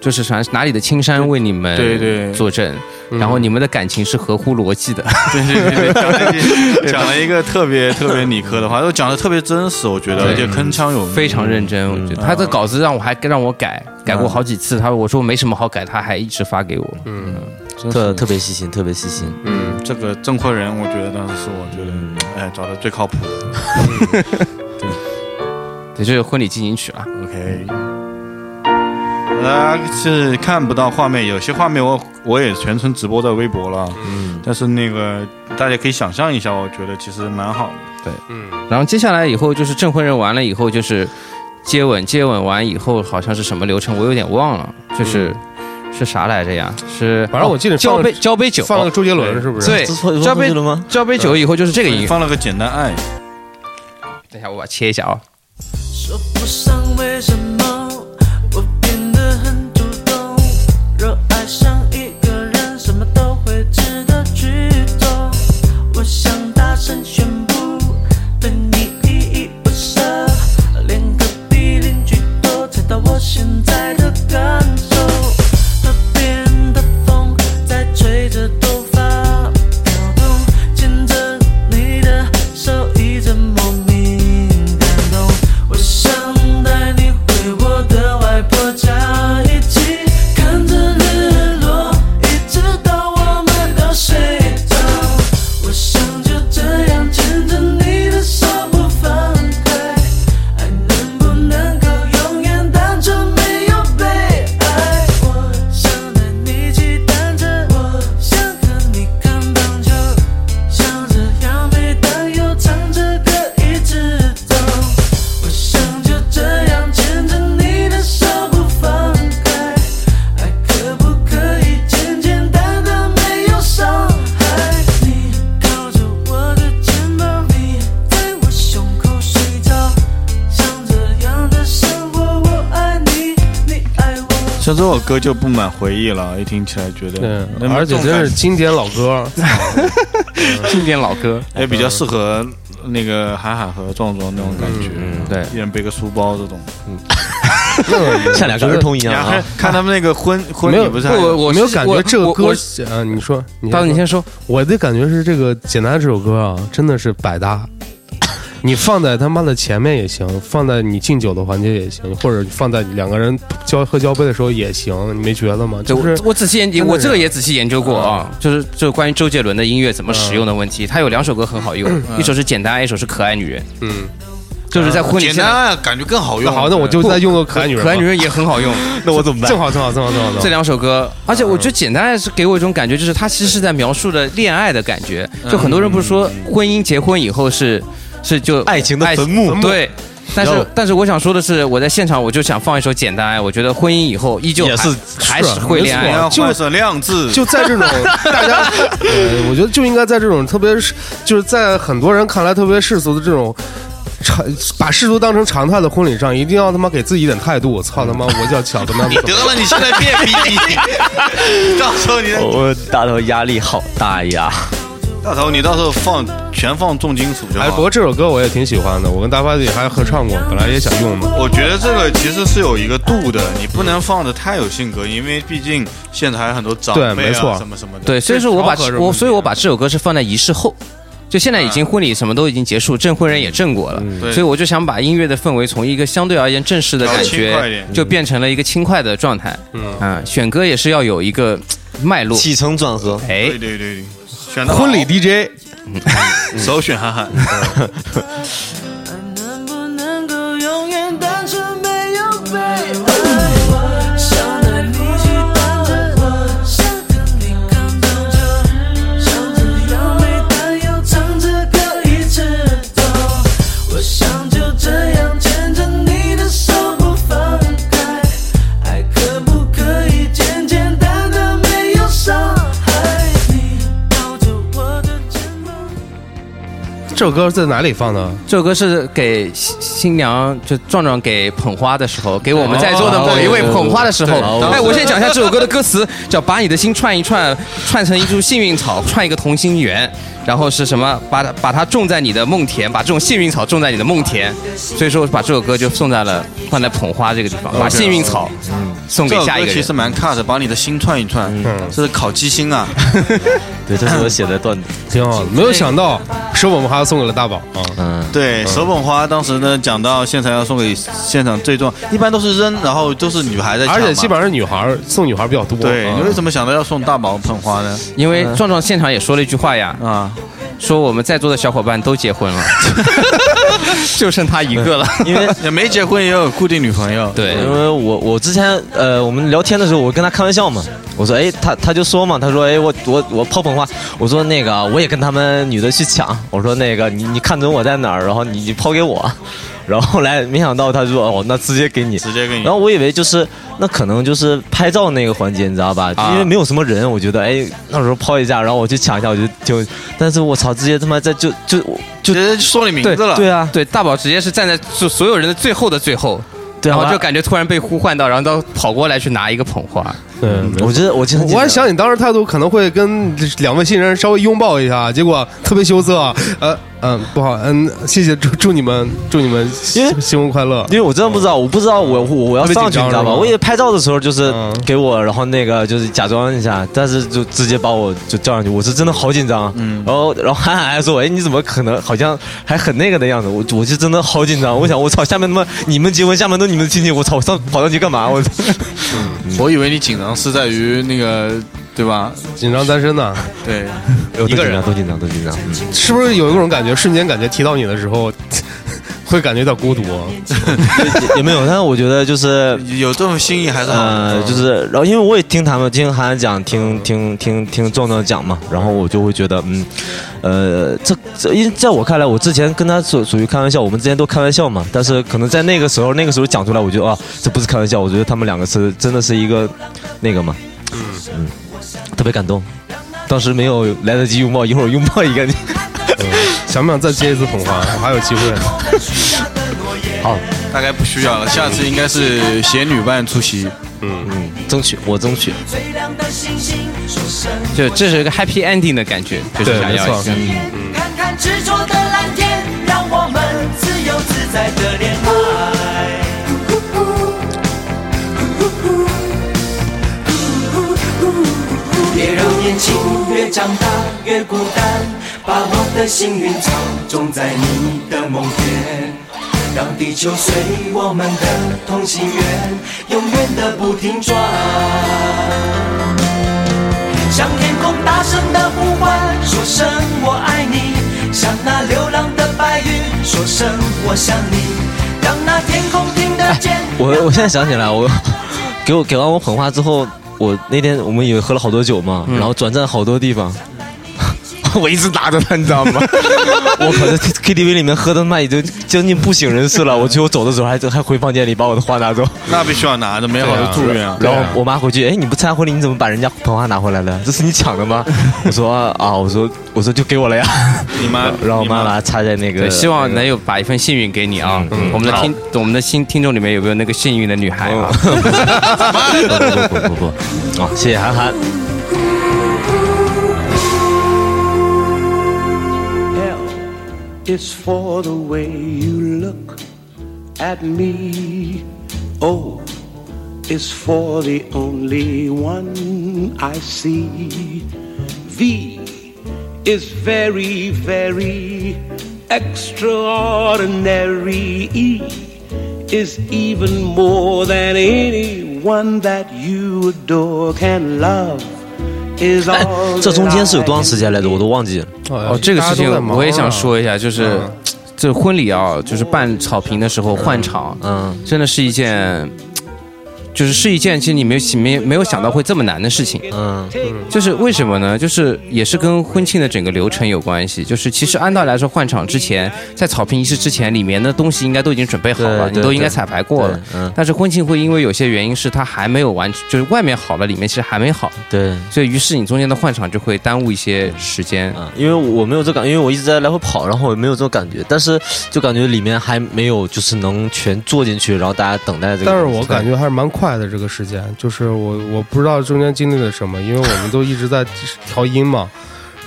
Speaker 5: 就是啥哪里的青山为你们
Speaker 1: 对对
Speaker 5: 作证，
Speaker 6: 嗯
Speaker 5: 然后你们的感情是合乎逻辑的。
Speaker 1: 对对对对，讲了一个特别特别理科的话，又讲的特别真实，我觉得，
Speaker 5: 对
Speaker 1: 而且铿锵有力，
Speaker 5: 非常认真，我觉得他的稿子让我还让我改，改过好几次。他我说没什么好改，他还一直发给我。嗯
Speaker 1: 真是
Speaker 4: 特特别细心，特别细心。
Speaker 1: 嗯，这个郑慧仁，我觉得当时是我觉得，哎，找的最靠谱的。
Speaker 5: 对，这是婚礼进行曲啊。
Speaker 1: OK，大家是看不到画面，有些画面我我也全程直播在微博了，嗯，但是那个大家可以想象一下，我觉得其实蛮好的，
Speaker 5: 然后接下来以后就是证婚人完了以后就是接吻，接吻完以后好像是什么流程，我有点忘了，就是、是啥来着呀？是
Speaker 6: 反正我记得
Speaker 5: 哦
Speaker 6: 放
Speaker 5: 交
Speaker 6: 了
Speaker 5: 杯交杯酒，
Speaker 6: 放了个周杰伦是不是？
Speaker 5: 对
Speaker 4: 这错
Speaker 5: 交
Speaker 4: 错
Speaker 5: 杯
Speaker 4: 了吗？
Speaker 5: 交杯酒以后就是这个音乐。
Speaker 1: 放了个简单爱，
Speaker 5: 等一下我把它切一下啊。
Speaker 3: 说不上为什么我变得很主动，若爱上一个人，什么都会值得去做。我想大声宣布，对你依依不舍，连隔壁邻居都猜到我现在的感受。河边的风在吹着头发飘动，牵着你的手，一阵莫名感动。我想带你回我的外婆家，一起看着日落，一直到我们都睡着。我想就这样牵着你的手不放开，爱能不能够永远单纯没有悲哀？我想带你骑单车，我想和你看棒球，想这样被担忧，唱着歌一直走。我想就这样牵着你的手不放开，爱可不可以简简单单没有伤害？你靠着我的肩膀，你在我胸口睡着，像这样的生活，我爱你，你爱我。
Speaker 1: 像这首歌就不满回忆了，一听起来觉得
Speaker 6: 嗯，，
Speaker 1: 那
Speaker 6: 而且真是经典老 歌，
Speaker 5: 经典老歌，
Speaker 1: 也比较适合那个韩寒和壮壮那种感觉，
Speaker 5: 对
Speaker 1: 一人背个书包这种。
Speaker 6: 嗯
Speaker 4: 像两个儿童一样
Speaker 1: 然后
Speaker 4: 啊！
Speaker 1: 看他们那个婚婚
Speaker 6: 没
Speaker 1: 礼
Speaker 6: 有
Speaker 1: 不是
Speaker 5: 不
Speaker 1: 还有
Speaker 5: 我我
Speaker 6: 没有
Speaker 5: 是
Speaker 6: 感
Speaker 5: 我
Speaker 6: 觉这个
Speaker 5: 我
Speaker 6: 歌
Speaker 5: 我，
Speaker 6: 呃，你说，你
Speaker 5: 大
Speaker 6: 说
Speaker 5: 子你先说，
Speaker 6: 我的感觉是这个简单这首歌啊，真的是百 搭。你放在他妈的前面也行，放在你敬酒的环节也行，或者放在两个人交喝交杯的时候也行，你没觉得吗？
Speaker 5: 对，
Speaker 6: 就是
Speaker 5: 我我仔细研究，
Speaker 6: 真的
Speaker 5: 我
Speaker 6: 是
Speaker 5: 这个也仔细研究过啊，就是就是关于周杰伦的音乐怎么使用的问题。他有两首歌很好用，一首是《简单爱》，一首是《可爱女人》。
Speaker 6: 嗯，
Speaker 5: 就是
Speaker 1: 啊
Speaker 5: 在婚礼
Speaker 9: 简
Speaker 5: 现场
Speaker 9: 单爱感觉更好
Speaker 6: 那
Speaker 9: 用。
Speaker 6: 好，那我就再用个可爱女人吧。
Speaker 5: 可爱女人也很好用。
Speaker 4: 嗯
Speaker 9: 那我怎么
Speaker 6: 正好正好正好正好正
Speaker 5: 这
Speaker 6: 好。
Speaker 5: 两首歌，而且我觉得《简单爱》是给我一种感觉，就是它其实是在描述的恋爱的感觉。就很多人不是说婚姻结婚以后是是就
Speaker 4: 爱情的坟墓
Speaker 5: 对。但
Speaker 4: 然后
Speaker 5: 是，但是我想说的是，我在现场我就想放一首《简单爱》，我觉得婚姻以后依旧
Speaker 4: 也是
Speaker 5: 还还是会恋
Speaker 1: 你
Speaker 5: 爱。
Speaker 1: 要换首量字，
Speaker 6: 就在这种大家，呃，我觉得就应该在这种特别是，就是在很多人看来特别世俗的这种。常把世俗当成常态的婚礼上，一定要他妈给自己一点态度。我操他妈，我叫小他妈
Speaker 9: 得了，你现在变比你，到时候你
Speaker 4: 我大头压力好大呀！
Speaker 1: 大头，你到时候放全放重金属就
Speaker 6: 哎，不
Speaker 1: 好
Speaker 6: 过。这首歌我也挺喜欢的，我跟大发姐还合唱过，本来也想用的。
Speaker 1: 我觉得这个其实是有一个度的，你不能放的太有性格，因为毕竟现场还有很多长
Speaker 6: 对
Speaker 1: 辈
Speaker 6: 没错
Speaker 1: 啊什么什么的。
Speaker 5: 对，所以说我把
Speaker 6: 调和这种
Speaker 5: 我所以我把这首歌是放在仪式后，就现在已经婚礼什么都已经结束，证婚人也证过了，
Speaker 1: 嗯对
Speaker 5: 所以我就想把音乐的氛围从一个相对而言正式的感
Speaker 1: 调得轻快一
Speaker 5: 觉
Speaker 1: 点，
Speaker 5: 就变成了一个轻快的状态。嗯啊，选歌也是要有一个嘖脉络。
Speaker 4: 起承转合，
Speaker 5: 哎
Speaker 1: 对，对对对，选到好
Speaker 6: 婚礼 DJ
Speaker 1: 首选韩寒，
Speaker 3: 爱能不能够永远单纯没有悲哀？我想带你去单纯，我想跟你看棒球，想这样没担忧，唱着歌一直走。我想就这样牵着你的手不放开，爱可不可以简简单单没有伤害？你抱着我的肩膀。
Speaker 6: 这首歌在哪里放的？
Speaker 5: 这首歌是给新新娘，就壮壮给捧花的时候，给我们在
Speaker 1: 哦
Speaker 5: 座的某一位捧花的时候。哎，我先讲一下这首歌的歌词，叫“把你的心串一串，串成一株幸运草，串一个同心圆”。然后是什么？把它把它种在你的梦田，把这种幸运草种在你的梦田。所以说，把这首歌就送在了放在捧花这个地方，把幸运草送给
Speaker 1: 嗯这首
Speaker 5: 下一
Speaker 1: 歌
Speaker 5: 个
Speaker 1: 其
Speaker 5: 人
Speaker 1: 实。蛮卡的，把你的心串一串，这是烤鸡心 啊。
Speaker 4: 对，这是我写的段 子。
Speaker 6: 挺好的，没有想到手捧花送给了大宝啊。
Speaker 4: 嗯，
Speaker 1: 对，手捧花当时呢讲到现场要送给现场最重要，一般都是扔，然后都是女孩在抢
Speaker 6: 而
Speaker 1: 嘛，
Speaker 6: 且基本上是女孩儿送女孩儿比较多。
Speaker 1: 对，
Speaker 6: 啊
Speaker 1: 你为什么想到要送大宝捧花呢？
Speaker 5: 因为壮壮现场也说了一句话呀，
Speaker 1: 啊，
Speaker 5: 说我们在座的小伙伴都结婚了， 就剩他一个了。
Speaker 1: 因为也没结婚，也有固定女朋友。
Speaker 5: 对，
Speaker 4: 因为我我之前呃，我们聊天的时候，我跟他开玩笑嘛，我说哎，他他就说嘛，他说哎，我我我泡捧花，我说那个啊我也跟他们女的去抢，我说那个你你看准我在哪儿，然后你你抛给我，然后后来没想到他说哦，那直接给你，
Speaker 5: 嗯
Speaker 1: 直接给你
Speaker 4: 然后我以为就是那可能就是拍照那个环节，你知道吧？
Speaker 5: 啊
Speaker 4: 因为没有什么人，我觉得哎，那时候抛一下，然后我去抢一下，我就就，但是我操，直接他妈在就就就
Speaker 1: 直接说你名字了。
Speaker 4: 对啊
Speaker 5: 对，大宝直接是站在所所有人的最后的最后，
Speaker 4: 对啊，
Speaker 5: 然后就
Speaker 4: 我
Speaker 5: 感觉突然被呼唤到，然后到跑过来去拿一个捧花。
Speaker 6: 嗯，
Speaker 4: 我觉得我记得
Speaker 6: 我还想你当时态度可能会跟两位新人稍微拥抱一下，结果特别羞涩。呃嗯，不好，嗯，谢谢，祝祝你们祝你们
Speaker 4: 因为
Speaker 6: 新新婚快乐
Speaker 4: 因。为我真的不知道，我不知道我我我要上去，
Speaker 6: 特别紧张
Speaker 4: 你知道
Speaker 6: 是
Speaker 4: 吧？
Speaker 6: 吧
Speaker 4: 我以为拍照的时候就是
Speaker 6: 嗯
Speaker 4: 给我，然后那个就是假装一下，但是就直接把我就叫上去，我是真的好紧张。嗯，然后然后韩寒还说：“哎，你怎么可能？好像还很那个的样子。我”我是真的好紧张，我想我操，下面他妈你们结婚，下面都你们亲戚，我操，我上跑上去干嘛？我
Speaker 1: 我以为你紧张是在于那个，对吧？
Speaker 6: 紧张单身呢，
Speaker 1: 对，
Speaker 4: 一
Speaker 6: 个人啊
Speaker 4: 都紧张，都紧张，都紧张。嗯
Speaker 6: 是不是有一种感觉？瞬间感觉提到你的时候， 会感觉到孤独。啊
Speaker 4: 也也没有，但是我觉得就是
Speaker 1: 有这种心意还是好的。
Speaker 4: 呃，就是，然后因为我也听他们听韩寒讲，听听听听壮壮讲嘛，然后我就会觉得，嗯，呃，这这，因为在我看来，我之前跟他属属于开玩笑，我们之前都开玩笑嘛，但是可能在那个时候，那个时候讲出来，我觉得啊，这不是开玩笑，我觉得他们两个是真的是一个那个嘛，嗯特别感动，当时没有来得及拥抱，一会儿拥抱一个你，
Speaker 6: 想不想再接一次捧花？我 还有机会。
Speaker 1: 大概不需要了，下次应该是携女伴出席。
Speaker 4: 嗯，争取，我争取，
Speaker 5: 就这是一个 happy ending 的感觉，就是
Speaker 6: 对，
Speaker 5: 想
Speaker 6: 没
Speaker 5: 要
Speaker 6: 错
Speaker 5: 一个。。
Speaker 3: 看看执着的蓝天，让我们自由自在的恋爱。别让年轻越长大越孤单，把我的幸运草种在你的梦田，让地球随我们的同心圆，永远的不停转。向天空大声的呼唤，说声我爱你；向那流浪的白云，说声我想你。让那天空听得见。
Speaker 4: 我我现在想起来，我给我给完我捧花之后，我那天我们也喝了好多酒嘛，然后转战好多地方。嗯 我一直打着他，你知道吗？ 我靠，在 KTV 里面喝的妈已经将近不省人事了。我最后走的时候还还回房间里把我的花拿走，
Speaker 1: 那必须要拿着，没好的祝愿啊。
Speaker 4: 然后我妈回去，哎，你不参加婚礼，你怎么把人家捧花拿回来了？这是你抢的吗？我说啊，我说我说就给我了呀。
Speaker 1: 你妈，
Speaker 4: 然后我妈
Speaker 1: 你
Speaker 4: 把它插在那个，
Speaker 5: 对，希望能有把一份幸运给你啊！我们的听我们的新听众里面有没有那个幸运的女孩啊？
Speaker 4: 不不不不不，啊，谢谢韩寒。
Speaker 7: It's for the way you look at me. Oh, it's for the only one I see. V is very, very extraordinary. E is even more than anyone that you adore can love. Is
Speaker 4: 哎
Speaker 7: all，
Speaker 4: 这
Speaker 7: that
Speaker 4: 中间是有
Speaker 7: I
Speaker 4: 多长
Speaker 7: can
Speaker 4: 时间来着？我都忘记了。
Speaker 5: 哦，这个事
Speaker 6: 哎大家都在
Speaker 5: 情
Speaker 6: 忙啊
Speaker 5: 我也想说一下，就是
Speaker 6: 嗯
Speaker 5: 这嗯婚礼啊，就是办草坪的时候换场，
Speaker 4: 嗯，
Speaker 5: 真的是一件就是是一件其实你没有没没有想到会这么难的事情。
Speaker 4: 嗯，
Speaker 5: 就是为什么呢？就是也是跟婚庆的整个流程有关系。就是其实按道理来说，换场之前，在草坪仪式之前，里面的东西应该都已经准备好了，
Speaker 4: 对
Speaker 5: 你都应该彩排过了
Speaker 4: 对。嗯，
Speaker 5: 但是婚庆会因为有些原因是它还没有完，就是外面好了，里面其实还没好，
Speaker 4: 对。
Speaker 5: 所以于是你中间的换场就会耽误一些时间。
Speaker 4: 嗯，因为我没有这感，因为我一直在来回跑，然后我没有这种感觉，但是就感觉里面还没有就是能全做进去，然后大家等待这个东西。
Speaker 6: 但是我感觉还是蛮快的这个时间，就是我我不知道中间经历了什么，因为我们都一直在调音嘛，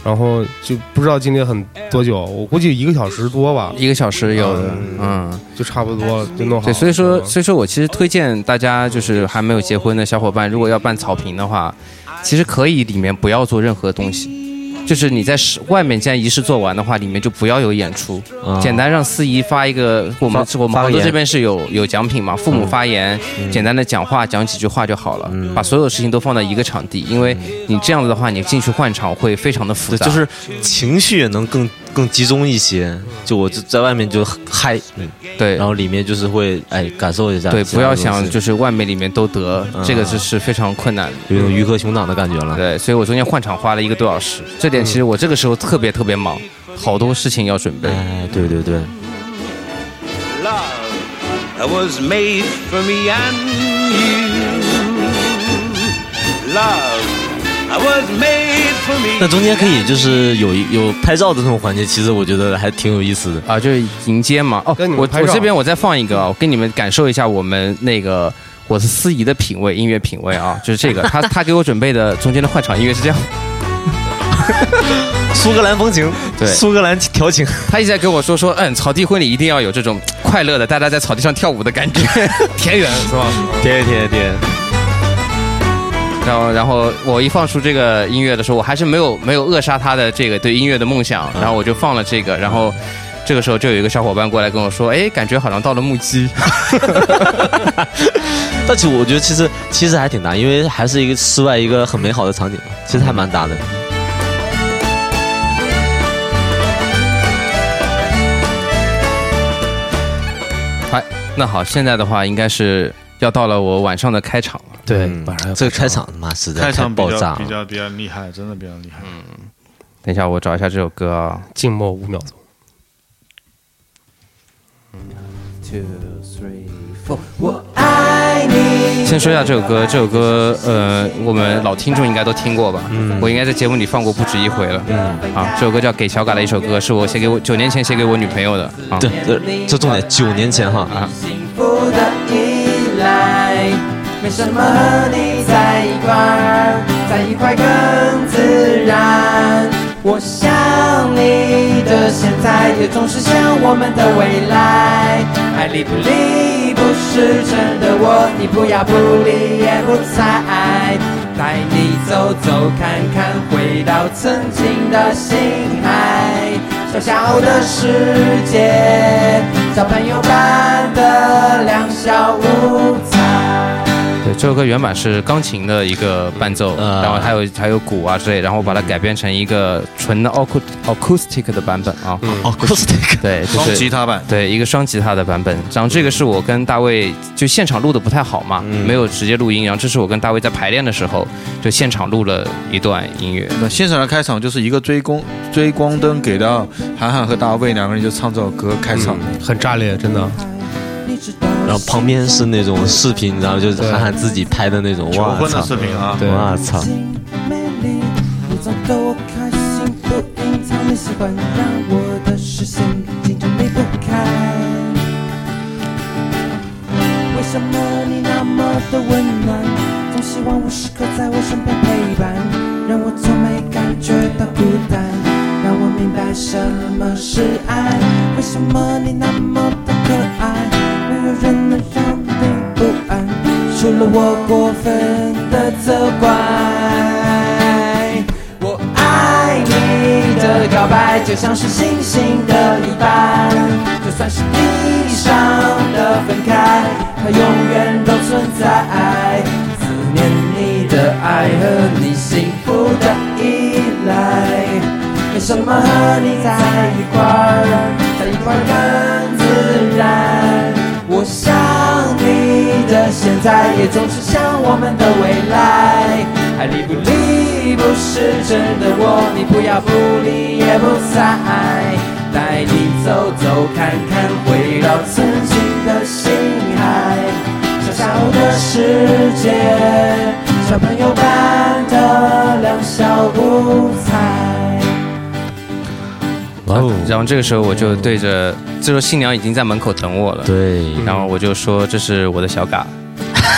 Speaker 6: 然后就不知道经历了很多久，我估计一个小时多吧，
Speaker 5: 一个小时有的，嗯
Speaker 6: 就差不多了，就弄好
Speaker 5: 对，
Speaker 6: 了。
Speaker 5: 所以
Speaker 4: 哦
Speaker 5: 说，
Speaker 6: 嗯
Speaker 5: 所以说我其实推荐大家，就是还没有结婚的小伙伴，如果要办草坪的话，其实可以里面不要做任何东西，就是你在室外面既然仪式做完的话，里面就不要有演出，
Speaker 4: 嗯
Speaker 5: 简单让司仪发一个，我们
Speaker 4: 发
Speaker 5: 我们
Speaker 4: 发
Speaker 5: 杭州
Speaker 4: 言嗯
Speaker 5: 这边是有有奖品嘛，父母发言，简单的讲话，讲几句话就好了，把所有事情都放在一个场地，因为你这样子的话，你进去换场会非常的复
Speaker 4: 对，
Speaker 5: 杂，
Speaker 4: 就是情绪也能更更集中一些。就我就在外面就嗨，嗯
Speaker 5: 对
Speaker 4: 然。后里面就是会哎感受一下。
Speaker 5: 对，不要想
Speaker 4: 就
Speaker 5: 就是外面里面都得，
Speaker 4: 嗯
Speaker 5: 这个就是非常困难的。
Speaker 4: 有一种鱼和熊掌的感觉了。
Speaker 5: 对，所以我中间换场花了一个多小时，这点其实我这个时候特别特别忙，好多事情要准备。
Speaker 6: 嗯
Speaker 4: 哎，对对对，
Speaker 11: love that was made for me and you. Love that was made for me.
Speaker 4: 那中间可以就是有一有拍照的那种环节，其实我觉得还挺有意思的。
Speaker 5: 啊，就是迎接嘛。哦，
Speaker 6: 跟你们
Speaker 5: 我
Speaker 6: 拍
Speaker 5: 我
Speaker 6: 照
Speaker 5: 这边我再放一个啊，我跟你们感受一下我们那个我是司仪的品味，音乐品味啊， 就是这个，他他给我准备的中间的换场音乐是这样，
Speaker 4: 苏格兰风情，
Speaker 5: 对
Speaker 4: 苏格兰调情，
Speaker 5: 他一直在跟我说说，嗯，草地婚礼一定要有这种快乐的，大家在草地上跳舞的 感觉， 田园是吧？
Speaker 4: 点点点，
Speaker 5: 然后，然后我一放出这个音乐的时候，我还是没有没有扼杀他的这个对音乐的梦想，然后我就放了这个，然后这个时候就有一个小伙伴过来跟我说，哎，感觉好像到了木屐，
Speaker 4: 但其实我觉得其实其实还挺搭，因为还是一个室外一个很美好的场景嘛，其实还蛮搭的。
Speaker 5: 哎，那好，现在的话应该是要到了我晚上的开场了，
Speaker 8: 对
Speaker 4: 嗯这个开场妈实在
Speaker 1: 开
Speaker 4: 太
Speaker 1: 场比
Speaker 4: 爆
Speaker 1: 较
Speaker 4: 炸
Speaker 1: 比
Speaker 4: 了，
Speaker 1: 较比较厉害，真的比较厉害。
Speaker 5: 等一下我找一下这首歌啊
Speaker 6: 静默五秒钟。
Speaker 5: ，two three four，我爱你。先说一下这首歌，这首歌呃，我们老听众应该都听过吧？我应该在节目里放过不止一回了。嗯，啊，这首歌叫《给小嘎》的一首歌，是我写给我九年前写给我女朋友的啊。
Speaker 4: 对，这这重点九年前哈啊，
Speaker 3: 不的依赖，没什么和你在一块儿，在一块儿更自然。我想你的现在，也总是想我们的未来。爱理不理不是真的我，你不要不理也不睬。带你走走看看，回到曾经的心海。小小的世界，小朋友般的两小无猜。
Speaker 5: 对，这首歌原版是钢琴的一个伴奏，
Speaker 1: 呃
Speaker 4: 嗯
Speaker 5: 然后还有还有鼓啊之类，然后我把它改编成一个纯的 acou- acoustic 的版本啊。
Speaker 4: 哦 c o s t i c
Speaker 5: 对，
Speaker 1: 嗯
Speaker 5: 就
Speaker 1: 双
Speaker 5: 是
Speaker 1: 吉他版，
Speaker 5: 对一个双吉他的版本。然后这个是我跟大卫就现场录的不太好嘛，
Speaker 1: 嗯
Speaker 5: 没有直接录音。然后这是我跟大卫在排练的时候就现场录了一段音乐。
Speaker 1: 那现场的开场就是一个追光追光灯给到韩寒和大卫两个人就唱这首歌开场，
Speaker 6: 很炸裂，真的。
Speaker 4: 然后旁边是那种视频，然后就是韩寒自己拍的那种，
Speaker 1: 求
Speaker 4: 哇
Speaker 1: 婚的
Speaker 4: 操
Speaker 1: 视，频啊，
Speaker 6: 对
Speaker 4: 哇操，
Speaker 3: 美丽，你总逗我开心，不隐藏你喜欢，让我的视线紧张离不开。为什么你那么的温暖，总希望我时刻在我身边陪伴，让我从没感觉到孤单，让我明白什么是爱。为什么你那么的可爱，没有人能让你不安，除了我过分的责怪。我爱你的告白，就像是星星的一半，就算是地上的分开，它永远都存在。思念你的爱和你幸福的依赖。为什么和你在一块儿，在一块儿更自然？我想你的现
Speaker 12: 在，也总是向我们的未来。爱理不理不是真的我，你不要不理也不睬。带你走走看看，回到曾经的心海。小小的世界，小朋友般的两小无猜。
Speaker 5: 哇
Speaker 1: 嗯
Speaker 5: 然后这个时候我就对着，这时候新娘已经在门口等我了。
Speaker 4: 对，
Speaker 5: 然后我就说这是我的小 嘎，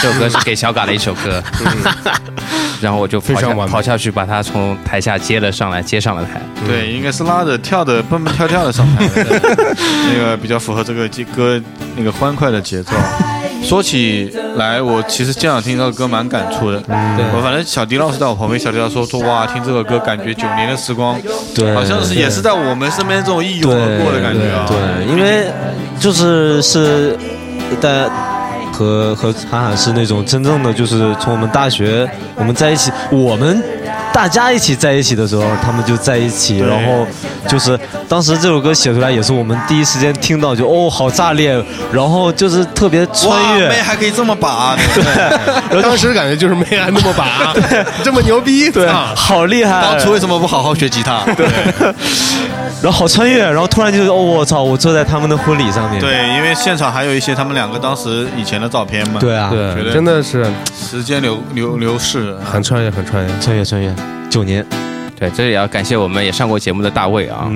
Speaker 5: 这首歌是给小嘎的一首歌。然后我就跑
Speaker 1: 非常
Speaker 5: 下
Speaker 1: 完美
Speaker 5: 跑下去把她从台下接了上来，接上了台。
Speaker 1: 对，应该是拉着跳的蹦蹦跳跳的上台的， 那个比较符合这个节歌那个欢快的节奏。说起来，我其实这两天听到歌蛮感触的。
Speaker 4: 嗯
Speaker 6: 对
Speaker 1: 我反正小迪老师在我旁边，小迪老师说说哇，听这个歌感觉九年的时光，
Speaker 4: 对
Speaker 1: 好像是也是在我们身边这种一涌而过的感觉啊。
Speaker 4: 对，因为就是是在和和韩寒是那种真正的，就是从我们大学我们在一起，我们大家一起在一起的时候，他们就在一起，
Speaker 1: 对
Speaker 4: 然后就是当时这首歌写出来，也是我们第一时间听到就哦好炸裂，然后就是特别穿越。
Speaker 1: 妹还可以这么把，啊
Speaker 6: 当时感觉就是没还那么把，这么牛逼，对，啊
Speaker 4: 好厉害！
Speaker 1: 当初为什么不好好学吉他？对，
Speaker 4: 然后好穿越，然后突然就是哦我操，我坐在他们的婚礼上面。
Speaker 1: 对，因为现场还有一些他们两个当时以前的照片嘛。
Speaker 4: 对啊对
Speaker 1: 觉得
Speaker 4: 真
Speaker 6: 的是
Speaker 1: 时间流流流逝，
Speaker 6: 很穿越，很穿越，
Speaker 4: 穿越穿越九年。
Speaker 5: 对，这里要感谢我们也上过节目的大卫啊。嗯，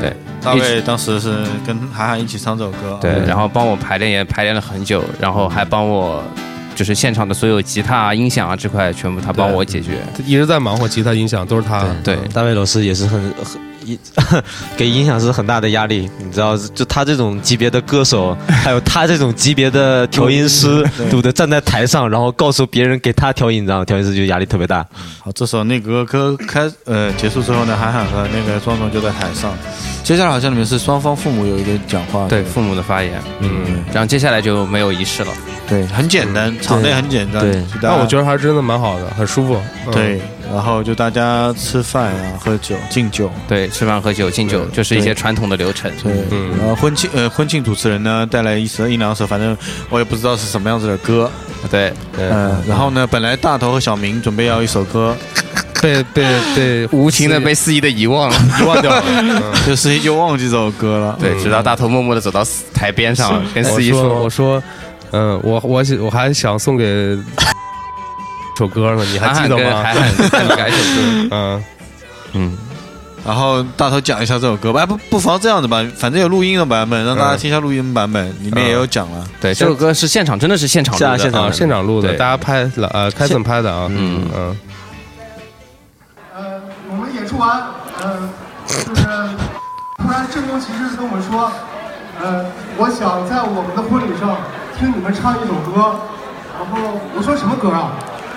Speaker 5: 对，
Speaker 1: 大
Speaker 5: 一直
Speaker 1: 卫当时是跟韩寒一起唱这首歌，
Speaker 5: 对，然后帮我排练也排练了很久，然后还帮我就是现场的所有吉他啊、音响啊这块全部他帮我解决。
Speaker 6: 一直在忙活吉他音响，都是他。
Speaker 5: 对，
Speaker 4: 大卫老师也是很很一 给音响师很大的压力，你知道，就他这种级别的歌 手，还有他这种级别的调音师，对不对？站在台上，然后告诉别人给他调音，然后调音师就压力特别大。
Speaker 1: 好，这首那个歌开呃结束之后呢，韩寒和那个庄总就在台上，接下来好像你们是双方父母有一个讲话，
Speaker 5: 对父母的发言，嗯，然后接下来就没有仪式了。
Speaker 1: 对，很简单，场内很简单，就大
Speaker 6: 那
Speaker 1: 家
Speaker 6: 我觉得还真的蛮好的，很舒服。嗯
Speaker 1: 对，然后就大家吃饭啊，喝酒敬酒，
Speaker 5: 对，吃饭喝酒敬酒，就是一些传统的流程。
Speaker 1: 对，
Speaker 6: 嗯
Speaker 1: 然后婚庆呃婚庆主持人呢带来一首一两首，反正我也不知道是什么样子的歌，
Speaker 5: 对，
Speaker 1: 嗯，然后呢，本来大头和小明准备要一首歌，
Speaker 6: 被被被
Speaker 5: 无情的被司仪的遗忘了，
Speaker 6: 遗忘掉了。嗯
Speaker 1: 就司仪就忘记这首歌了，
Speaker 5: 对，直到大头默默的走到台边上，跟司仪
Speaker 6: 我
Speaker 5: 说
Speaker 6: E 说：“我说，嗯，我我喜我还想送给首歌呢，你还记得吗？
Speaker 5: 韩寒跟韩寒改首歌
Speaker 6: 嗯，
Speaker 1: 然后大头讲一下这首歌吧，哎不不妨这样子吧，反正有录音的版本，让大
Speaker 5: 嗯
Speaker 1: 家听一下录音版本，里面也有讲了。
Speaker 5: 对，这首歌是现场，真的是现场录的，
Speaker 4: 现场
Speaker 5: 啊
Speaker 6: 啊，现场录的，
Speaker 5: 对
Speaker 6: 大家拍了呃，开怎拍的啊？嗯嗯，
Speaker 13: 我们演出完，呃，就是突然郑重其事地跟我说，呃，我想在我们的婚礼上听你们唱一首歌，然后我说什么歌啊？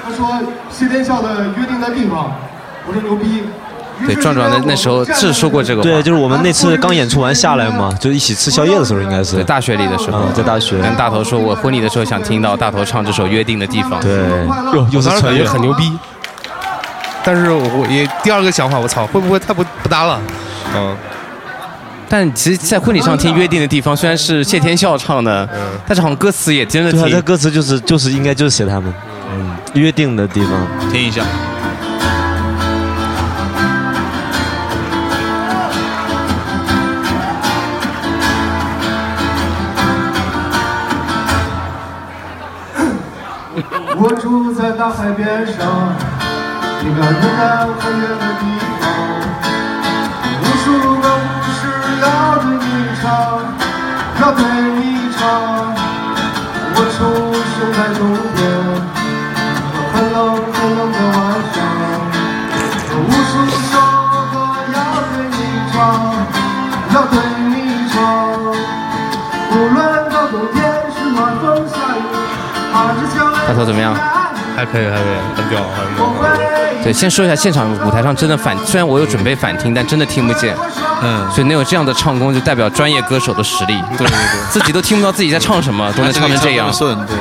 Speaker 13: 他说谢天笑的约定的地方，我说牛逼。
Speaker 5: 对，壮壮那那时候是说过这个话，
Speaker 4: 对，啊就是我们那次刚演出完下来嘛，就一起吃宵夜的时候，应该是
Speaker 5: 对大学里的时候
Speaker 4: 嗯，在大学
Speaker 5: 跟大头说，我婚礼的时候想听到大头唱这首《约定的地方》。
Speaker 4: 对，又又
Speaker 6: 我
Speaker 4: 是
Speaker 6: 当时
Speaker 4: 穿
Speaker 6: 感
Speaker 4: 越
Speaker 6: 觉，很牛逼，但是我我也第二个想法，我操，会不会太不不搭了？嗯，
Speaker 5: 但其实，在婚礼上听《约定的地方》，虽然是谢天笑唱的，但是好像歌词也真的
Speaker 4: 对啊，这
Speaker 5: 挺……
Speaker 4: 歌词就是就是应该就是写他们，嗯，约定的地方。
Speaker 5: 嗯
Speaker 1: 听一下。
Speaker 13: 我住在大海边上，一个人南和月的地方，无数个故事要对你唱，要对你唱。我出生在冬天，很冷很冷的晚上，无数首歌要对你唱，要对你唱。无论到冬天是暖风下雨，还是将来。
Speaker 5: 大头怎么样？
Speaker 6: 还可以，还可以，很屌，很屌。
Speaker 5: 对，先说一下现场舞台上真的反，虽然我有准备反听，但真的听不见。
Speaker 1: 嗯，
Speaker 5: 所以能有这样的唱功，就代表专业歌手的实力。对对对，自己都听不到自己在唱什 么，都能唱嗯成这样。
Speaker 1: 顺，对，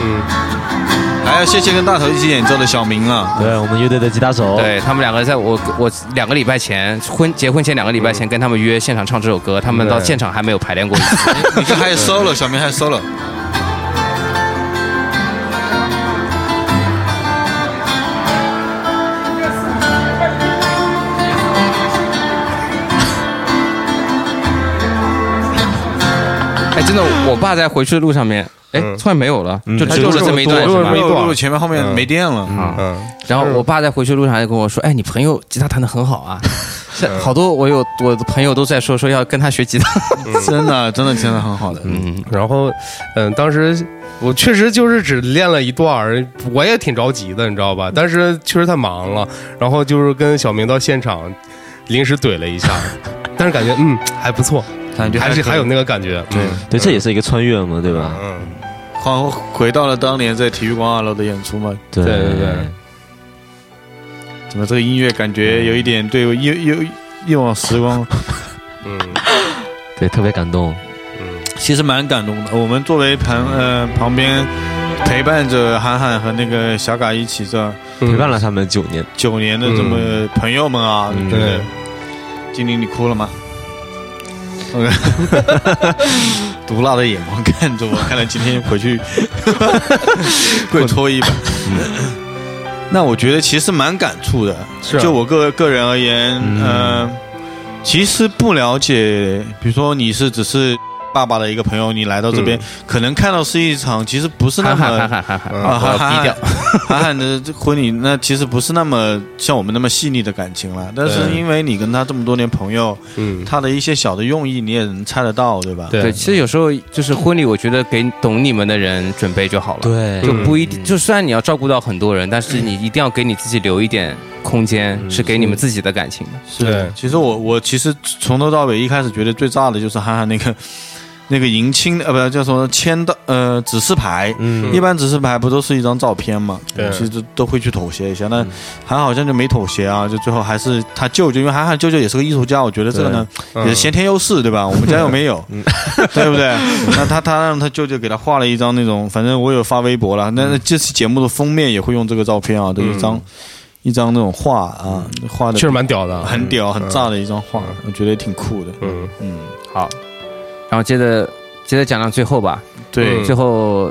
Speaker 1: 嗯。还要谢谢跟大头一起演奏的小明 啊，
Speaker 4: 对我们乐队的吉他手，
Speaker 5: 对他们两个在我我两个礼拜前婚结婚前两个礼拜前跟他们约现场唱这首歌，他们到
Speaker 6: 对
Speaker 5: 现场还没有排练过一次。
Speaker 1: 你看还有 solo，小明还有 solo。
Speaker 5: 哎，真的，我爸在回去的路上面，哎，突然没有了，就
Speaker 1: 嗯
Speaker 5: 只有了这么一段，
Speaker 1: 只
Speaker 5: 是
Speaker 1: 有这
Speaker 5: 吧
Speaker 1: 么一段录前面后面没电了
Speaker 5: 嗯
Speaker 1: 嗯
Speaker 5: 然后我爸在回去的路上还跟我说，哎，你朋友吉他弹的很好 啊，是好多我有我的朋友都在说说要跟他学吉他，
Speaker 1: 真的真的真的很好的，
Speaker 5: 嗯，
Speaker 6: 然后，嗯，当时我确实就是只练了一段儿，我也挺着急的，你知道吧？但是确实太忙了，然后就是跟小明到现场临时怼了一下，但是感觉嗯还不错，
Speaker 1: 感觉
Speaker 6: 还是
Speaker 1: 还可以
Speaker 6: 还有那个感觉，
Speaker 1: 对
Speaker 6: 嗯
Speaker 4: 对，这也是一个穿越嘛，对吧？
Speaker 6: 嗯，
Speaker 1: 好，回到了当年在体育馆二楼的演出嘛。
Speaker 4: 对对对对
Speaker 1: 怎么这个音乐感觉有一点对我又又又往时光，
Speaker 6: 嗯，
Speaker 4: 对，特别感动。
Speaker 1: 其实蛮感动的。我们作为旁呃旁边陪伴着韩寒和那个小嘎一起这
Speaker 4: 陪伴了他们九年，
Speaker 1: 九年的这么朋友们啊，
Speaker 4: 嗯
Speaker 1: 对不对
Speaker 4: 嗯？
Speaker 1: 精灵，你哭了吗？毒辣的眼光看着我，看来今天回去 跪搓衣板。那我觉得其实蛮感触的，
Speaker 6: 是啊
Speaker 1: 就我个个人而言，嗯、其实不了解，比如说你是只是爸爸的一个朋友，你来到这边，
Speaker 5: 嗯
Speaker 1: 可能看到是一场其实不是那么
Speaker 5: 韩寒韩寒韩寒
Speaker 1: 啊，
Speaker 5: 我要
Speaker 1: 韩寒
Speaker 5: 低 调
Speaker 1: 韩寒的这婚礼，那其实不是那么像我们那么细腻的感情了，但是
Speaker 5: 对
Speaker 1: 因为你跟他这么多年朋友，
Speaker 6: 嗯，
Speaker 1: 他的一些小的用意你也能猜得到，对吧？
Speaker 5: 对，其实有时候就是婚礼，我觉得给懂你们的人准备就好了。
Speaker 4: 对
Speaker 5: 就不一
Speaker 1: 嗯
Speaker 5: 定，就虽然你要照顾到很多人，但是你一定要给你自己留一点空间，是给你们自己的感情的。
Speaker 1: 嗯是，其实我我其实从头到尾一开始觉得最炸的就是韩寒那个那个迎亲呃不叫什么签到呃指示牌，
Speaker 4: 嗯
Speaker 1: 一般指示牌不都是一张照片嘛，
Speaker 4: 对嗯
Speaker 1: 其实都都会去妥协一下，但韩寒好像就没妥协啊，就最后还是他舅舅，因为韩寒舅舅也是个艺术家，我觉得这个呢
Speaker 4: 对
Speaker 1: 也
Speaker 4: 嗯
Speaker 1: 是先天优势对吧？我们家又没有， 对不对？那他他让他舅舅给他画了一张那种，反正我有发微博了，那
Speaker 4: 嗯
Speaker 1: 那这期节目的封面也会用这个照片啊，这一张。一张那种画啊，画的
Speaker 6: 嗯确实蛮屌的
Speaker 1: 很屌、
Speaker 6: 嗯
Speaker 1: 很炸的一张画，我觉得挺酷的。
Speaker 6: 嗯
Speaker 1: 啊嗯，
Speaker 5: 好，然后接着接着讲到最后吧。
Speaker 6: 嗯
Speaker 1: 对
Speaker 5: 最后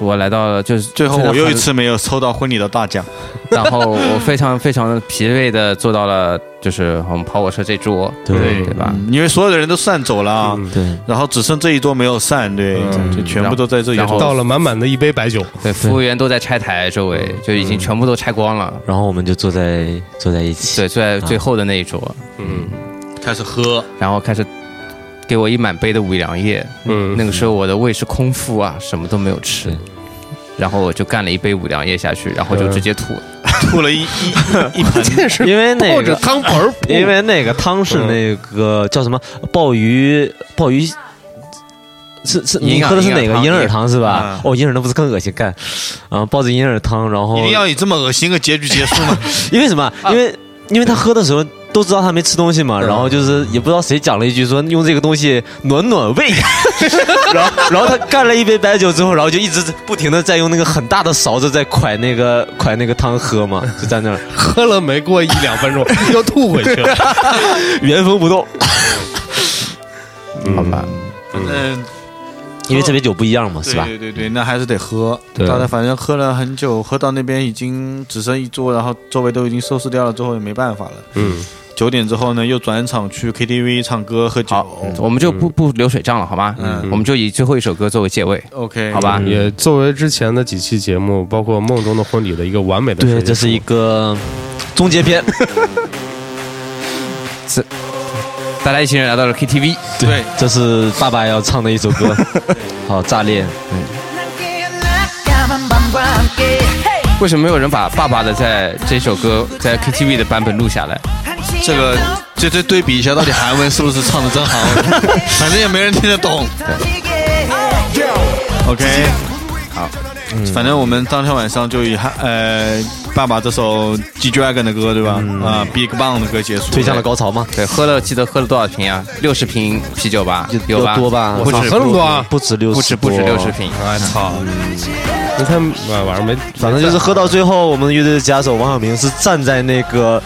Speaker 5: 我来到了就是
Speaker 1: 最后我又一次
Speaker 5: 非
Speaker 1: 没有抽到婚礼的大奖，
Speaker 5: 常，然后我非常非常疲惫的坐到了就是我们跑火车这桌，对对吧？
Speaker 1: 嗯因为所有的人都散走了啊，
Speaker 6: 嗯
Speaker 4: 对，
Speaker 1: 然后只剩这一桌没有散，对，就全部都在这一
Speaker 5: 然
Speaker 1: 桌
Speaker 5: 后到了
Speaker 6: 满满的一杯白酒，
Speaker 5: 对，服务员都在拆台，周围就已经全部都拆光了。
Speaker 4: 然后我们就坐在坐在一起，
Speaker 5: 对，坐在
Speaker 4: 啊
Speaker 5: 最后的那一桌，
Speaker 6: 嗯，
Speaker 1: 开始喝，
Speaker 5: 然后开始给我一满杯的五粮液，
Speaker 6: 嗯，
Speaker 5: 那个时候我的胃是空腹啊，什么都没有吃，然后我就干了一杯五粮液下去，然后就直接吐了，
Speaker 1: 吐了一一一盆，
Speaker 4: 因为那
Speaker 5: 抱
Speaker 4: 个
Speaker 5: 着汤盆儿
Speaker 4: 因为那个汤是那个叫什么鲍鱼鲍鱼。是是，
Speaker 5: 银
Speaker 4: 你
Speaker 5: 耳
Speaker 4: 喝的是哪
Speaker 5: 银
Speaker 4: 个
Speaker 5: 耳汤嗯
Speaker 4: 银耳汤是吧？哦，银耳那不是更恶心干，啊，抱着银耳汤，然后
Speaker 1: 一定要以这么恶心的结局结 束吗？
Speaker 4: 因为什么？
Speaker 5: 啊
Speaker 4: 因为因为他喝的时候都知道他没吃东西嘛，然后就是也不知道谁讲了一句说用这个东西暖 暖胃，然后然后他干了一杯白酒之后，然后就一直不停的在用那个很大的勺子在㧟那个㧟那个汤喝嘛，就在那儿
Speaker 6: 喝了没过一两分钟又吐回去了，
Speaker 4: 原封 不动，
Speaker 6: 好吧？
Speaker 1: 嗯，
Speaker 4: 因为这杯酒不一样嘛，是吧？
Speaker 1: 对对对，那还是得喝。
Speaker 4: 对
Speaker 1: 大家反正喝了很久，喝到那边已经只剩一桌，然后周围都已经收拾掉了，之后也没办法了。
Speaker 6: 嗯，
Speaker 1: 九点之后呢，又转场去 KTV 唱歌喝酒。
Speaker 5: 我们就不不流水账了，好吗？
Speaker 1: 嗯
Speaker 5: 我们就以最后一首歌作为结尾
Speaker 1: OK，
Speaker 5: 好吧？
Speaker 6: 嗯也作为之前的几期节目，包括《梦中的婚礼》的一个完美的
Speaker 4: 对
Speaker 6: 呈现
Speaker 4: 这是一个终结篇。
Speaker 5: 这大家一群人来到了 KTV，
Speaker 4: 对，这是爸爸要唱的一首歌， 好炸裂，嗯。
Speaker 5: 为什么没有人把爸爸的在这首歌在 KTV 的版本录下来？
Speaker 1: 这个这这对比一下，到底韩文是不是唱的真好？反正也没人听得懂。OK，
Speaker 5: 好，
Speaker 1: 反正我们当天晚上就以哈呃爸爸这首 G Dragon 的歌对吧？啊，Big Bang 的歌结束，
Speaker 4: 推向了高潮吗？
Speaker 5: 对，喝了记得喝了多少瓶啊？六十瓶啤酒吧，有吧？
Speaker 4: 多吧？
Speaker 5: 不止
Speaker 4: 喝那么多
Speaker 5: 不
Speaker 4: 啊，不止六十，
Speaker 5: 不止不止六十啊瓶。
Speaker 6: 我操！那天呃晚晚上没，
Speaker 4: 反正就是喝到最后，我们乐队的吉他手王晓明是站在那个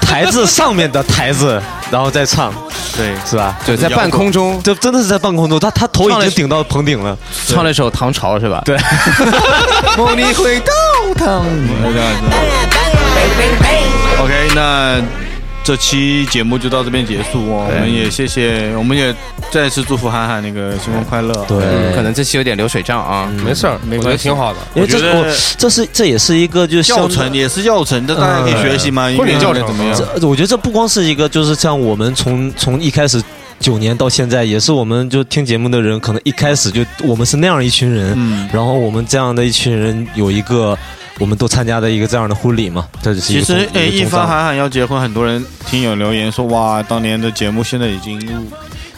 Speaker 4: 台子上面的台子，然后再唱，
Speaker 1: 对，
Speaker 4: 是吧？
Speaker 5: 对在半空中，
Speaker 4: 就真的是在半空中，他他头已
Speaker 5: 唱了
Speaker 4: 经顶到棚顶了，
Speaker 5: 唱了一首《唐朝》是吧？
Speaker 4: 对，
Speaker 5: 梦里回到唐。
Speaker 1: OK，那这期节目就到这边结束哦，我们也谢谢，我们也再次祝福涵涵那个新婚快乐。
Speaker 5: 嗯可能这期有点流水账啊，
Speaker 1: 没事儿没
Speaker 5: 我觉
Speaker 1: 关
Speaker 5: 得
Speaker 1: 系
Speaker 5: 挺好的。
Speaker 1: 因为这
Speaker 5: 我觉
Speaker 1: 我
Speaker 5: 得
Speaker 4: 这是这也是一个就是
Speaker 1: 教程也是教程，这大家可以学习嘛，
Speaker 4: 婚礼
Speaker 1: 教程怎么样？
Speaker 4: 这我觉得这不光是一个，就是像我们从从一开始九年到现在，也是我们就听节目的人，可能一开始就我们是那样一群人，然后我们这样的一群人有一个我们都参加的一个这样的婚礼嘛，这就是一
Speaker 1: 其
Speaker 4: 个
Speaker 1: 实，
Speaker 4: 哎，
Speaker 1: 哎，一发
Speaker 4: 还
Speaker 1: 韩寒要结婚，很多人听友留言说，哇，当年的节目现在已经入。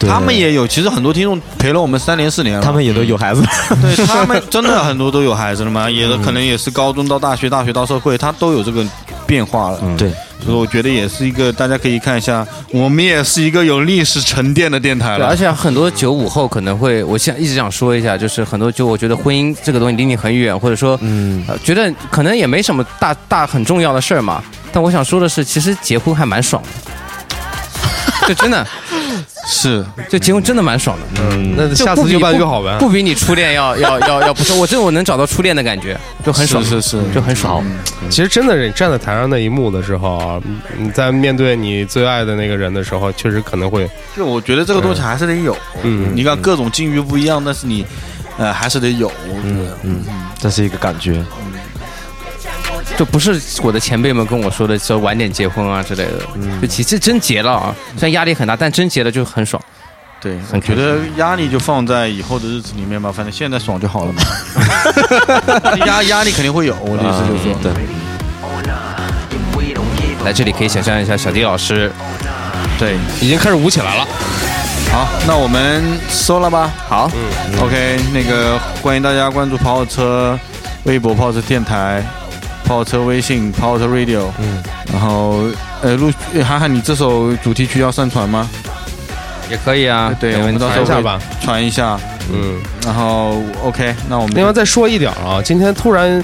Speaker 1: 他们也有，其实很多听众陪了我们三年四年了，
Speaker 4: 他们也都有孩子，
Speaker 1: 对他们真的很多都有孩子了嘛，也都可能也是高中到大学，大学到社会，他都有这个变化了。
Speaker 4: 嗯对，
Speaker 1: 所以我觉得也是一个大家可以看一下，我们也是一个有历史沉淀的电台
Speaker 5: 对，
Speaker 1: 了，
Speaker 5: 而且很多九五后可能会，我现在一直想说一下，就是很多就我觉得婚姻这个东西离你很远，或者说，嗯，觉得可能也没什么大大很重要的事儿嘛。但我想说的是，其实结婚还蛮爽 的，就真的
Speaker 1: 是，
Speaker 5: 就结婚真的蛮爽的。
Speaker 6: 嗯，那下
Speaker 5: 不
Speaker 6: 次
Speaker 5: 比
Speaker 6: 越办越
Speaker 5: 不
Speaker 6: 好呗。
Speaker 5: 不比你初恋要要要要不是，我这我能找到初恋的感觉，就很爽，嗯
Speaker 1: 是是，
Speaker 5: 就很爽。
Speaker 6: 其实真的，你站在台上那一幕的时候啊，你在面对你最爱的那个人的时候，确实可能会，
Speaker 1: 就我觉得这个东西还是得有。
Speaker 6: 嗯，
Speaker 1: 你看各种境遇不一样，但是你，呃，还是得有。我觉得，
Speaker 4: 嗯，这是一个感觉。
Speaker 5: 就不是我的前辈们跟我说的，说晚点结婚啊之类的。
Speaker 6: 嗯
Speaker 5: 就其实真结了啊，虽然压力很大，但真结了就很爽。
Speaker 1: 对，
Speaker 5: 很
Speaker 1: 我
Speaker 5: 开
Speaker 1: 觉
Speaker 5: 心
Speaker 1: 得压力就放在以后的日子里面吧，反正现在爽就好了嘛。压压力肯定会有，我的意思就是说，
Speaker 5: 对。来这里可以想象一下小迪老师，
Speaker 1: 对，
Speaker 6: 已经开始舞起来了。
Speaker 1: 好，那我们收了吧。
Speaker 5: 好
Speaker 1: ，OK，那个欢迎大家关注跑火车微博、跑火车电台、跑火车微信、跑火车 Radio。嗯，然后呃，陆呃涵涵，你这首主题曲要上传吗？
Speaker 5: 也可以
Speaker 6: 哎
Speaker 5: 啊。
Speaker 1: 对，我们到时候
Speaker 6: 传一下
Speaker 1: 会
Speaker 6: 吧
Speaker 1: 传一下。
Speaker 6: 嗯，
Speaker 1: 然后 OK，那我们
Speaker 6: 另外再说一点儿啊，今天突然。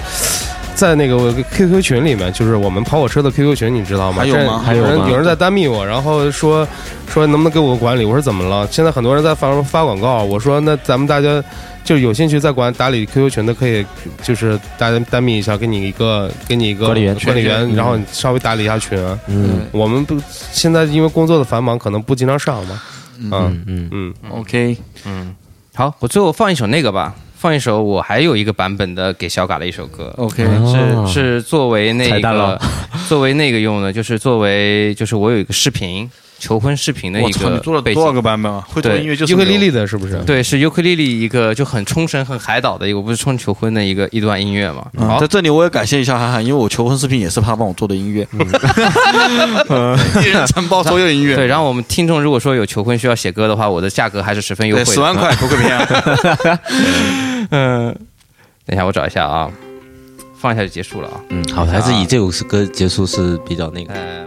Speaker 6: 在那个 QQ 群里面，就是我们跑火车的 QQ 群，你知道吗？
Speaker 1: 还有吗
Speaker 6: 这
Speaker 1: 还有吗
Speaker 6: 人有人在单密我，然后说说能不能给我个管理？我说怎么了？现在很多人在发发广告，我说那咱们大家就是有兴趣在管打理 QQ 群的，可以就是大家单密一下，给你一个给你一个
Speaker 4: 管理员
Speaker 6: 管理员，
Speaker 4: 群
Speaker 6: 然后你稍微打理一下群。
Speaker 4: 嗯，
Speaker 6: 我们不现在因为工作的繁忙，可能不经常上嘛。嗯
Speaker 4: 嗯
Speaker 6: 嗯
Speaker 1: OK，
Speaker 5: 嗯，好，我最后放一首那个吧，放一首我还有一个版本的给小嘎的一首歌。
Speaker 1: OK，
Speaker 4: 哦
Speaker 5: 是是作为那
Speaker 4: 彩蛋
Speaker 5: 个
Speaker 4: 了
Speaker 5: 作为那个用的，就是作为就是我有一个视频求婚视频的
Speaker 1: 我
Speaker 5: 一
Speaker 1: 操，
Speaker 5: 个
Speaker 1: 你做了
Speaker 5: 背
Speaker 1: 多少
Speaker 5: 景。
Speaker 1: 个版本啊？会做
Speaker 5: 对
Speaker 1: 音乐就是
Speaker 6: 尤克
Speaker 1: 没有
Speaker 6: 里里的是不是？
Speaker 5: 对，是尤克里里一个就很冲绳、很海岛的一个，不是冲求婚的一个一段音乐嘛？
Speaker 1: 嗯
Speaker 5: 好
Speaker 1: 在，这里我也感谢一下涵涵，因为我求婚视频也是他帮我做的音乐， 嗯一人 承包所有音乐，
Speaker 5: 对，然后我们听众如果说有求婚需要写歌的话，我的价格还是十分优惠
Speaker 1: 对，
Speaker 5: 的，
Speaker 1: 十万块不会骗。
Speaker 5: 嗯，等一下我找一下啊，放一下就结束了啊。
Speaker 4: 嗯，好，还是以这首歌结束是比较那个。
Speaker 5: 呃，